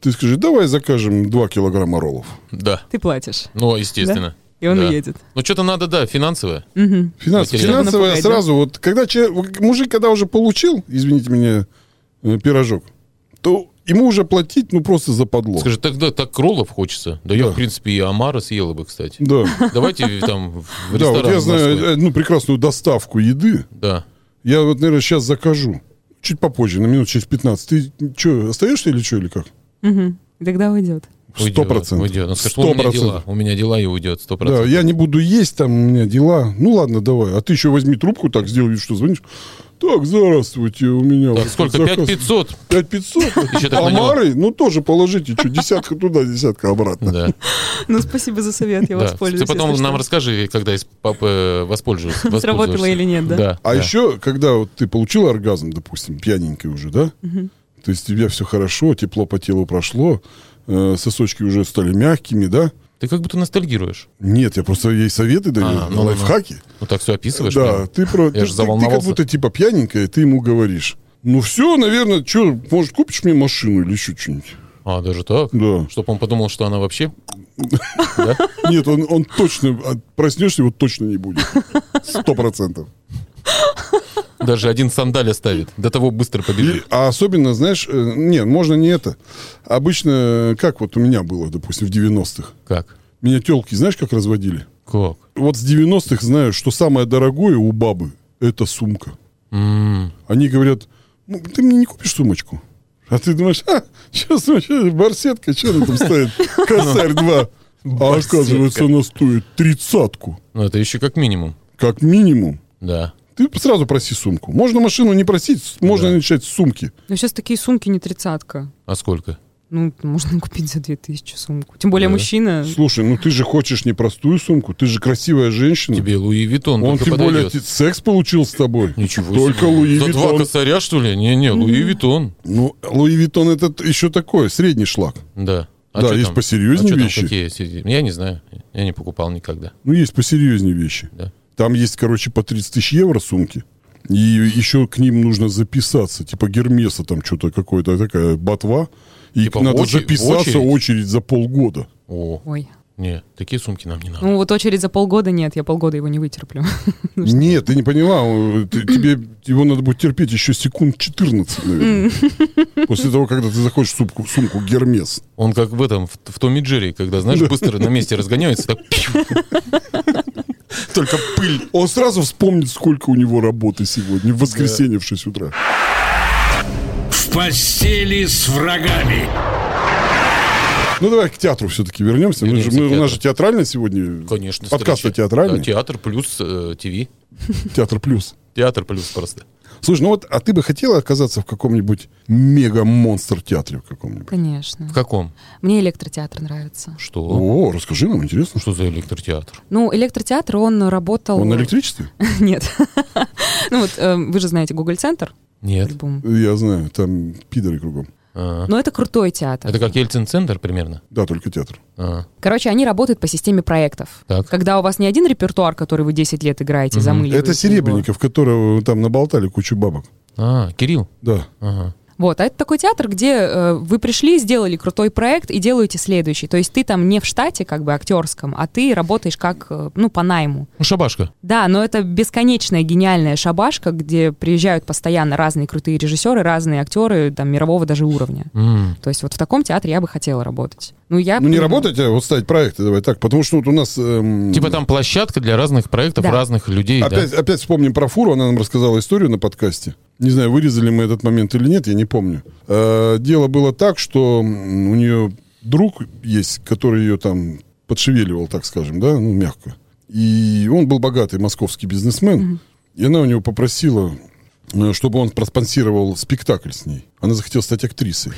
Speaker 3: Ты скажи, давай закажем 2 килограмма роллов.
Speaker 2: Да.
Speaker 4: Ты платишь.
Speaker 2: Ну, естественно.
Speaker 4: И он
Speaker 2: Да.
Speaker 4: едет.
Speaker 2: Ну, что-то надо, да, финансовое.
Speaker 3: Финанс-
Speaker 2: Материал.
Speaker 3: финансовая
Speaker 4: Напугать, да?
Speaker 3: сразу, вот когда че- вот мужик, когда уже получил, извините меня, э, пирожок, то ему уже платить, ну, просто за подлог.
Speaker 2: Скажи, тогда так кролов хочется. Да я,
Speaker 3: Да.
Speaker 2: в принципе, и Амара съела бы, кстати.
Speaker 3: Да.
Speaker 2: Давайте э, там в
Speaker 3: Да,
Speaker 2: ресторан
Speaker 3: вот я знаю
Speaker 2: морской.
Speaker 3: э, одну прекрасную доставку еды.
Speaker 2: Да.
Speaker 3: Я вот, наверное, сейчас закажу. Чуть попозже, на минут через 15. Ты что, остаешься или что, или как?
Speaker 4: Мгм. И Тогда уйдет.
Speaker 3: Сто процентов.
Speaker 2: Уйдет. Он скажет,
Speaker 3: Сто
Speaker 2: Ну, у меня дела.
Speaker 3: процентов.
Speaker 2: У меня дела и уйдет, сто
Speaker 3: Да,
Speaker 2: процентов.
Speaker 3: я не буду есть, там у меня дела. Ну ладно, давай. А ты еще возьми трубку, так сделай, вид, что звонишь. Так, здравствуйте, у меня...
Speaker 2: Так,
Speaker 3: вот
Speaker 2: сколько?
Speaker 3: заказ.
Speaker 2: 5500?
Speaker 3: 5500?
Speaker 2: Ещё так на него.
Speaker 3: Амары? Ну, тоже положите, что, десятка туда, десятка обратно.
Speaker 2: Да.
Speaker 4: Ну, спасибо за совет, я
Speaker 2: да.
Speaker 4: воспользуюсь.
Speaker 2: Ты потом
Speaker 4: если
Speaker 2: нам
Speaker 4: что.
Speaker 2: расскажи, когда из пап- э, воспользуюсь.
Speaker 4: Сработало
Speaker 2: воспользуешься.
Speaker 4: или нет, да?
Speaker 2: Да.
Speaker 3: А
Speaker 2: да.
Speaker 3: еще, когда вот ты получил оргазм, допустим, пьяненький уже, да? То есть у тебя все хорошо, тепло по телу прошло, э, сосочки уже стали мягкими, да?
Speaker 2: Ты как будто ностальгируешь.
Speaker 3: Нет, я просто ей советы даю,
Speaker 2: А, ну-ну-ну.
Speaker 3: лайфхаки.
Speaker 2: Ну так все описываешь.
Speaker 3: Да,
Speaker 2: прям.
Speaker 3: ты, про,
Speaker 2: же
Speaker 3: ты, ты- ты как
Speaker 2: заволновался.
Speaker 3: будто типа пьяненькая, и ты ему говоришь. Ну все, наверное, что, может, купишь мне машину или еще что-нибудь?
Speaker 2: А, даже так?
Speaker 3: Да.
Speaker 2: Чтобы он подумал, что она вообще... Да?
Speaker 3: Нет, он, он точно, а, проснешься, его точно не будет. Сто процентов.
Speaker 2: Даже один сандаль оставит. До того быстро
Speaker 3: И-
Speaker 2: побежит.
Speaker 3: А особенно, знаешь, э, не, можно не это. Обычно, э, как вот у меня было, допустим, в 90-х.
Speaker 2: Как?
Speaker 3: Меня телки, знаешь, как разводили?
Speaker 2: Как?
Speaker 3: Вот с 90-х знаю, что самое дорогое у бабы – это сумка. Они говорят, ну, ты мне не купишь сумочку? А ты думаешь, а, что сумочка, барсетка, что она там стоит? Косарь 2. А
Speaker 2: Барсетка.
Speaker 3: оказывается, она стоит тридцатку,
Speaker 2: Ну это еще как минимум.
Speaker 3: как минимум.
Speaker 2: Да.
Speaker 3: Ты сразу проси сумку. Можно машину не просить, с- можно
Speaker 2: Да.
Speaker 3: начать с сумки.
Speaker 4: Ну, сейчас такие сумки не тридцатка.
Speaker 2: А сколько?
Speaker 4: Ну, можно купить за 2000 сумку. Тем более
Speaker 2: Да.
Speaker 4: мужчина.
Speaker 3: Слушай, ну ты же хочешь не простую сумку, ты же красивая женщина.
Speaker 2: Тебе Луи Витон
Speaker 3: Он
Speaker 2: только
Speaker 3: тем более
Speaker 2: подойдет.
Speaker 3: ти- секс получил с тобой.
Speaker 2: Ничего
Speaker 3: Только
Speaker 2: себе.
Speaker 3: Луи
Speaker 2: За два
Speaker 3: Виттон.
Speaker 2: косаря, что ли? Не-не, Луи Витон.
Speaker 3: Ну, Луи Виттон это т- еще такое, средний шлаг.
Speaker 2: Да. А
Speaker 3: Да,
Speaker 2: чё
Speaker 3: есть
Speaker 2: там?
Speaker 3: посерьезнее
Speaker 2: чё там
Speaker 3: вещи?
Speaker 2: какие серьез- Я не знаю. Я не покупал никогда.
Speaker 3: Ну, есть посерьезнее вещи.
Speaker 2: Да.
Speaker 3: Там есть, короче, по 30 тысяч евро сумки. И еще к ним нужно записаться. Типа Гермеса там что-то какое-то такая ботва. И
Speaker 2: Типа
Speaker 3: надо
Speaker 2: в очер- в
Speaker 3: записаться
Speaker 2: очередь?
Speaker 3: очередь за полгода.
Speaker 2: О,
Speaker 4: Ой.
Speaker 2: не, такие сумки нам не надо.
Speaker 4: Ну, вот очередь за полгода нет, я полгода его не вытерплю.
Speaker 3: Нет, ты не поняла. он- ты- тебе его надо будет терпеть еще секунд 14, наверное. После того, когда ты захочешь сумку, сумку Гермес.
Speaker 2: Он как в этом, в, в Томми Джерри, когда, знаешь, быстро на месте разгоняется, так пью,
Speaker 3: Только пыль. Он сразу вспомнит, сколько у него работы сегодня, в воскресенье в 6 утра.
Speaker 1: В постели с врагами.
Speaker 3: Ну, давай к театру все-таки вернемся. Мы
Speaker 2: Вернемся
Speaker 3: же-
Speaker 2: к
Speaker 3: мы- у нас
Speaker 2: театру.
Speaker 3: же театральный сегодня.
Speaker 2: конечно.
Speaker 3: Подкаст
Speaker 2: встреча.
Speaker 3: театральный.
Speaker 2: Да, театр плюс э, ТВ.
Speaker 3: Театр плюс.
Speaker 2: Театр плюс просто.
Speaker 3: Слушай, ну вот, а ты бы хотела оказаться в каком-нибудь мега-монстр-театре в каком-нибудь?
Speaker 4: Конечно.
Speaker 2: В каком?
Speaker 4: Мне электротеатр нравится.
Speaker 2: Что?
Speaker 3: О, расскажи нам, интересно. что-
Speaker 2: Что за электротеатр?
Speaker 4: Ну, электротеатр, он работал...
Speaker 3: Он на электричестве?
Speaker 4: Нет. Ну вот, э, вы же знаете Google Центр.
Speaker 2: Нет.
Speaker 4: по-любому.
Speaker 3: Я знаю, там пидоры кругом.
Speaker 2: А.
Speaker 3: Ну,
Speaker 4: Но это крутой театр.
Speaker 2: Это как Ельцин-центр примерно?
Speaker 3: Да, только театр.
Speaker 2: А.
Speaker 4: Короче, они работают по системе проектов.
Speaker 2: Так.
Speaker 4: Когда у вас не один репертуар, который вы 10 лет играете, замыливаете
Speaker 3: Это
Speaker 4: его.
Speaker 3: Серебренников, которого там наболтали кучу бабок.
Speaker 2: А, Кирилл?
Speaker 3: Да.
Speaker 2: Ага.
Speaker 4: Вот, а это такой театр, где э, вы пришли, сделали крутой проект и делаете следующий. То есть ты там не в штате, как бы актерском, а ты работаешь как, э, ну, по найму.
Speaker 2: Ну, шабашка.
Speaker 4: Да, но это бесконечная гениальная шабашка, где приезжают постоянно разные крутые режиссеры, разные актеры, там, мирового даже уровня.
Speaker 2: М.
Speaker 4: То есть вот в таком театре я бы хотела работать. Ну, я...
Speaker 3: Ну, не
Speaker 4: понимаю.
Speaker 3: работать, а вот ставить проекты, давай так. Потому что вот у нас... эм,
Speaker 2: Типа там площадка для разных проектов,
Speaker 4: Да.
Speaker 2: разных людей.
Speaker 3: Опять, опять вспомним про фуру, она нам рассказала историю на подкасте. Не знаю, вырезали мы этот момент или нет, я не помню. Э, дело было так, что м, у нее друг есть, который ее там подшевеливал, так скажем, да, ну, мягко. И он был богатый московский бизнесмен, и она у него попросила, э, чтобы он проспонсировал спектакль с ней. Она захотела стать актрисой.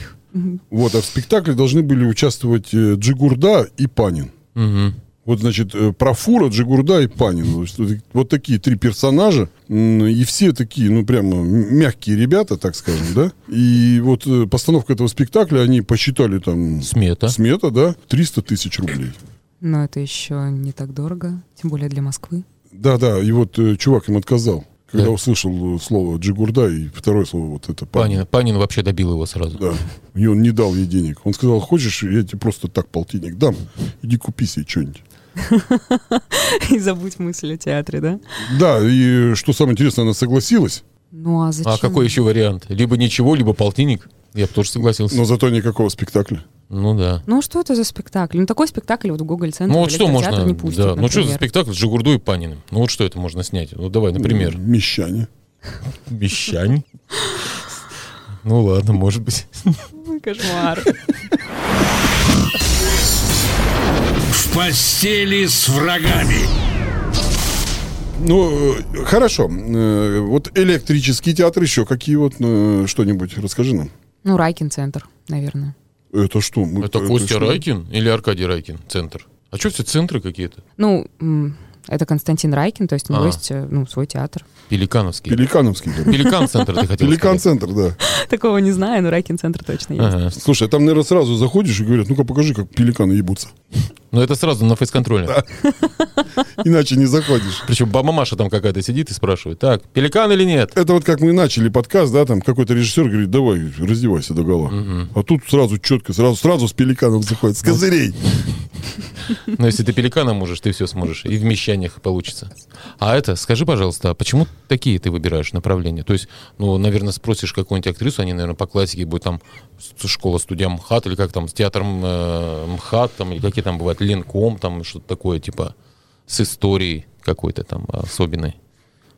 Speaker 3: Вот, а в спектакле должны были участвовать э, Джигурда и Панин.
Speaker 2: да? Мгм.
Speaker 3: Вот, значит, э, Профура, Джигурда и Панин. Вот что- Вот такие три персонажа. М, И все такие, ну, прямо м- мягкие ребята, так скажем, да? И вот э, постановка этого спектакля, они посчитали там...
Speaker 2: Смета.
Speaker 3: Смета, да? 300 тысяч рублей.
Speaker 4: Но это еще не так дорого, тем более для Москвы.
Speaker 3: Да-да, и вот э, чувак им отказал. Когда
Speaker 2: Да.
Speaker 3: услышал э, слово Джигурда и второе слово вот это Панин.
Speaker 2: Панин, Панин вообще добил его сразу.
Speaker 3: Да. И он не дал ей денег. Он сказал, хочешь, я тебе просто так полтинник дам. Иди купи себе что-нибудь.
Speaker 4: И забудь мысль о театре, да?
Speaker 3: Да, и э, что самое интересное, она согласилась.
Speaker 4: Ну, а зачем?
Speaker 2: А какой еще вариант? Либо ничего, либо полтинник. Я бы тоже согласился.
Speaker 3: Но зато никакого спектакля.
Speaker 2: Ну да.
Speaker 4: Ну, а что это за спектакль? Ну, такой спектакль вот в Google центре
Speaker 2: Ну вот что можно...
Speaker 4: не
Speaker 2: да.
Speaker 4: пустят,
Speaker 2: Ну что за
Speaker 4: например.
Speaker 2: спектакль с Жигурду и Паниным? Ну вот что это можно снять? Ну давай, например,
Speaker 3: Мещане.
Speaker 2: Мещань. Ну ладно, может быть.
Speaker 4: Ой, Кошмар.
Speaker 1: В постели с врагами.
Speaker 3: Ну, э, хорошо. Э, Вот электрический театр еще какие вот э, что-нибудь расскажи нам.
Speaker 4: Ну, Райкин-центр, наверное.
Speaker 3: Это что? мы-
Speaker 2: Это Костя
Speaker 3: что?
Speaker 2: Райкин или Аркадий Райкин? Центр. А что все центры какие-то?
Speaker 4: Ну, м, Это Константин Райкин, то есть у него
Speaker 2: А.
Speaker 4: есть э, ну, свой театр.
Speaker 2: Пеликановский.
Speaker 3: Пеликановский. да.
Speaker 2: Пеликан-центр, ты хотел сказать.
Speaker 3: Пеликан-центр, да.
Speaker 4: Такого не знаю, но Райкин-центр точно есть.
Speaker 2: Ага.
Speaker 3: Слушай, а там, наверное, сразу заходишь и говорят, ну-ка покажи, как пеликаны ебутся.
Speaker 2: Ну это сразу на фейс-контроле.
Speaker 3: Иначе не заходишь.
Speaker 2: Причем мамаша там какая-то сидит и спрашивает, так, пеликан или нет?
Speaker 3: Это вот как мы начали подкаст, да, там какой-то режиссер говорит, давай, раздевайся до гола. А тут сразу четко, сразу, сразу с пеликаном заходит, с козырей.
Speaker 2: Но Ну, если ты пеликаном можешь, ты все сможешь. И в вмещаниях получится. А это, скажи, пожалуйста, а почему такие ты выбираешь направления? То есть, ну, наверное, спросишь какую-нибудь актрису, они, наверное, по классике будет там с- школа, студия МХАТ, или как там, с театром э, МХАТ, там, или какие там бывают, Ленком, там, что-то такое, типа, с историей какой-то там особенной.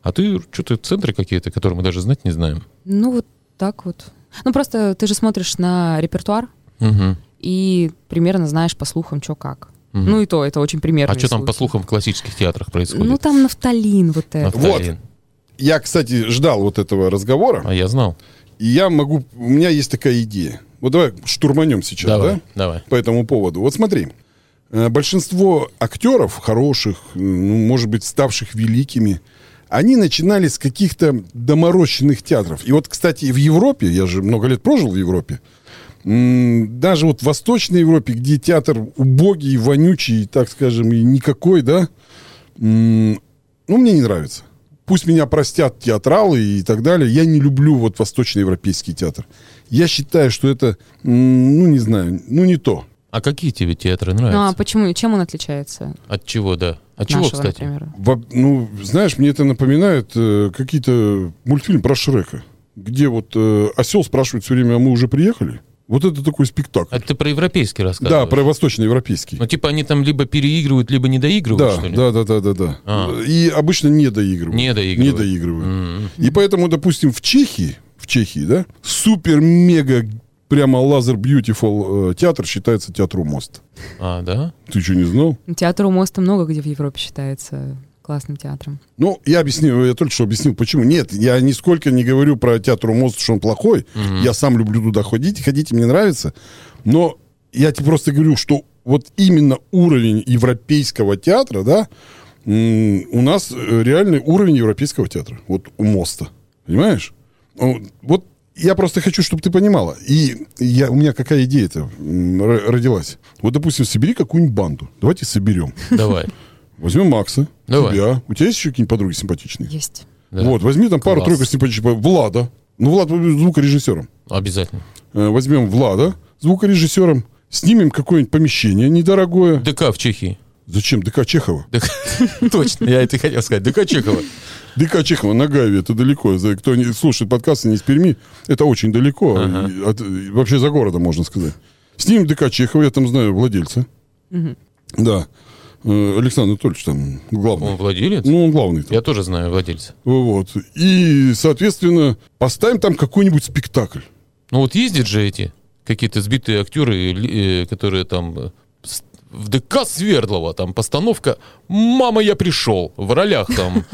Speaker 2: А ты что-то центры какие-то, которые мы даже знать не знаем.
Speaker 4: Ну, вот так вот. Ну, просто ты же смотришь на репертуар
Speaker 2: Мгм.
Speaker 4: и примерно знаешь по слухам, что как. Ну и то, это очень примерно.
Speaker 2: А что там, по слухам, в классических театрах происходит?
Speaker 4: Ну, там нафталин вот это.
Speaker 2: Нафталин.
Speaker 3: Я, кстати, ждал вот этого разговора,
Speaker 2: А я знал.
Speaker 3: и я могу, у меня есть такая идея. Вот давай штурманем сейчас,
Speaker 2: давай,
Speaker 3: да?
Speaker 2: давай.
Speaker 3: по этому поводу. Вот смотри, э, большинство актеров хороших, э, ну, может быть, ставших великими, они начинали с каких-то доморощенных театров. И вот, кстати, и в Европе, я же много лет прожил в Европе, м, даже вот в Восточной Европе, где театр убогий, вонючий, так скажем, и никакой, да, м, ну, мне не нравится. Пусть меня простят театралы и так далее. Я не люблю вот восточноевропейский театр. Я считаю, что это, м, ну, не знаю, ну, не то.
Speaker 2: А какие тебе театры
Speaker 4: Ну, а
Speaker 2: нравятся?
Speaker 4: почему, чем он отличается
Speaker 2: От чего, да? От А
Speaker 4: от
Speaker 2: чего,
Speaker 4: нашего,
Speaker 2: кстати?
Speaker 4: например?
Speaker 3: Во- ну, знаешь, мне это напоминает э, какие-то мультфильм про Шрека, где вот э, осел спрашивает все время, а мы уже приехали? Вот это такой спектакль.
Speaker 2: А ты про европейский
Speaker 3: да,
Speaker 2: рассказываешь?
Speaker 3: про восточноевропейский.
Speaker 2: Ну, типа они там либо переигрывают, либо не доигрывают,
Speaker 3: Да,
Speaker 2: что ли?
Speaker 3: да, да, да, да, да.
Speaker 2: А.
Speaker 3: И обычно не доигрывают.
Speaker 2: Не доигрывают. М-м.
Speaker 3: Не доигрывают.
Speaker 2: М.
Speaker 3: И поэтому, допустим, в Чехии, в Чехии, да, супер-мега прямо лазер beautiful э, театр считается театром мост.
Speaker 2: А, да?
Speaker 3: Ты что, не знал?
Speaker 4: Театр у моста много где в Европе считается классным театром.
Speaker 3: Ну, я объяснил, я только что объяснил, почему. Нет, я нисколько не говорю про театр у моста, что он плохой. Я сам люблю туда ходить, ходить мне нравится. Но я тебе просто говорю, что вот именно уровень европейского театра, да, м, у нас э, реальный уровень европейского театра. Вот у моста. Понимаешь? Ну, Вот я просто хочу, чтобы ты понимала. И я, у меня какая идея-то м, ро- родилась. Вот, допустим, собери какую-нибудь банду. Давайте соберем.
Speaker 2: Давай.
Speaker 3: Возьмем Макса,
Speaker 2: Давай.
Speaker 3: тебя. У тебя есть еще какие-нибудь подруги симпатичные?
Speaker 4: Есть.
Speaker 2: Да.
Speaker 3: Вот, возьми там
Speaker 2: Класс.
Speaker 3: пару-тройку симпатичных. по- Влада. Ну, Влад будет звукорежиссером.
Speaker 2: Обязательно.
Speaker 3: Э, Возьмем Влада звукорежиссером, снимем какое-нибудь помещение недорогое.
Speaker 2: ДК в Чехии.
Speaker 3: Зачем? ДК Чехова.
Speaker 2: ДК. Точно, я это и хотел сказать. ДК Чехова.
Speaker 3: ДК Чехова на Гаве, это далеко. За- Кто не слушает подкасты не из Перми, это очень далеко. И от- и вообще за городом, можно сказать. Снимем ДК Чехова, я там знаю владельца. Да. Э, Александр Анатольевич там главный.
Speaker 2: Он владелец?
Speaker 3: Ну, он главный там.
Speaker 2: Я тоже знаю владельца.
Speaker 3: Вот. И, соответственно, поставим там какой-нибудь спектакль.
Speaker 2: Ну вот ездят же эти какие-то сбитые актеры, ли- э, которые там э, с- в ДК Свердлова, там постановка «Мама, я пришел» в ролях там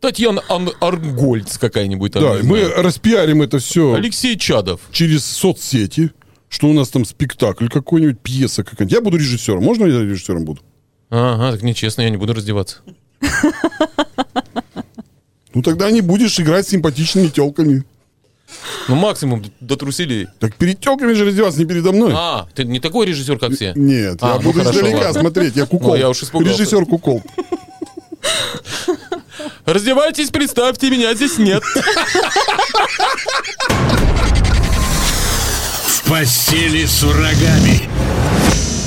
Speaker 2: Татьяна Ан- Арнгольц какая-нибудь там.
Speaker 3: да,
Speaker 2: не
Speaker 3: и мы
Speaker 2: знаю. А
Speaker 3: распиарим это все
Speaker 2: Алексей Чадов.
Speaker 3: через соцсети, что у нас там спектакль какой-нибудь, пьеса какая-нибудь. Я буду режиссером. Можно я режиссером буду?
Speaker 2: Ага, так нечестно, я не буду раздеваться.
Speaker 3: Ну, тогда не будешь играть с симпатичными телками.
Speaker 2: Ну, максимум до труселей.
Speaker 3: Так перед телками же раздеваться, не передо мной.
Speaker 2: А, ты не такой режиссер, как все.
Speaker 3: Нет,
Speaker 2: А,
Speaker 3: я
Speaker 2: ну
Speaker 3: буду
Speaker 2: хорошо,
Speaker 3: издалека
Speaker 2: ладно.
Speaker 3: смотреть, я кукол.
Speaker 2: Ну, я уж испугался.
Speaker 3: Режиссер кукол.
Speaker 2: Раздевайтесь, представьте, меня здесь нет.
Speaker 1: В постели с врагами.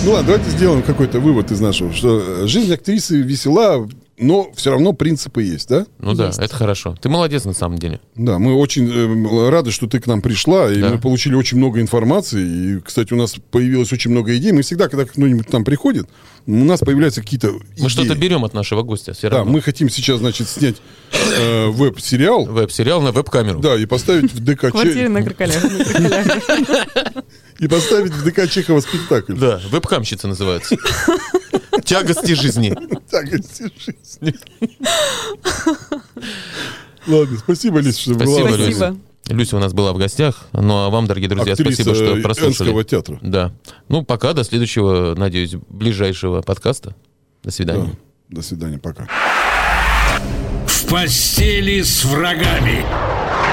Speaker 3: Ну ладно, давайте сделаем какой-то вывод из нашего, что э, жизнь актрисы весела, но все равно принципы есть, да?
Speaker 2: Ну да, это хорошо. Ты молодец на самом деле.
Speaker 3: Да, мы очень э, рады, что ты к нам пришла, и
Speaker 2: Да.
Speaker 3: мы получили очень много информации. И, кстати, у нас появилось очень много идей. Мы всегда, когда кто-нибудь к нам приходит, у нас появляются какие-то идеи.
Speaker 2: Мы что-то берем от нашего гостя все
Speaker 3: Да,
Speaker 2: равно.
Speaker 3: мы хотим сейчас, значит, снять э, веб-сериал,
Speaker 2: Веб-сериал на веб-камеру.
Speaker 3: да, и поставить в ДК
Speaker 4: Квартира
Speaker 3: Че-
Speaker 4: на Кракалях. на Кракалях.
Speaker 3: и поставить в ДК Чехова спектакль.
Speaker 2: Да, вебкамщица называется. Тягости жизни.
Speaker 3: Так, если жизнь. Ладно, спасибо, Лиз, что была. у
Speaker 2: Спасибо,
Speaker 3: нас.
Speaker 4: Люся.
Speaker 2: Люся. Люся у нас была в гостях. Ну, а вам, дорогие друзья,
Speaker 3: Актриса
Speaker 2: спасибо, что
Speaker 3: Энского
Speaker 2: прослушали.
Speaker 3: театра.
Speaker 2: Да. Ну, пока. До следующего, надеюсь, ближайшего подкаста. До свидания.
Speaker 3: Да. До свидания, пока.
Speaker 1: В постели с врагами.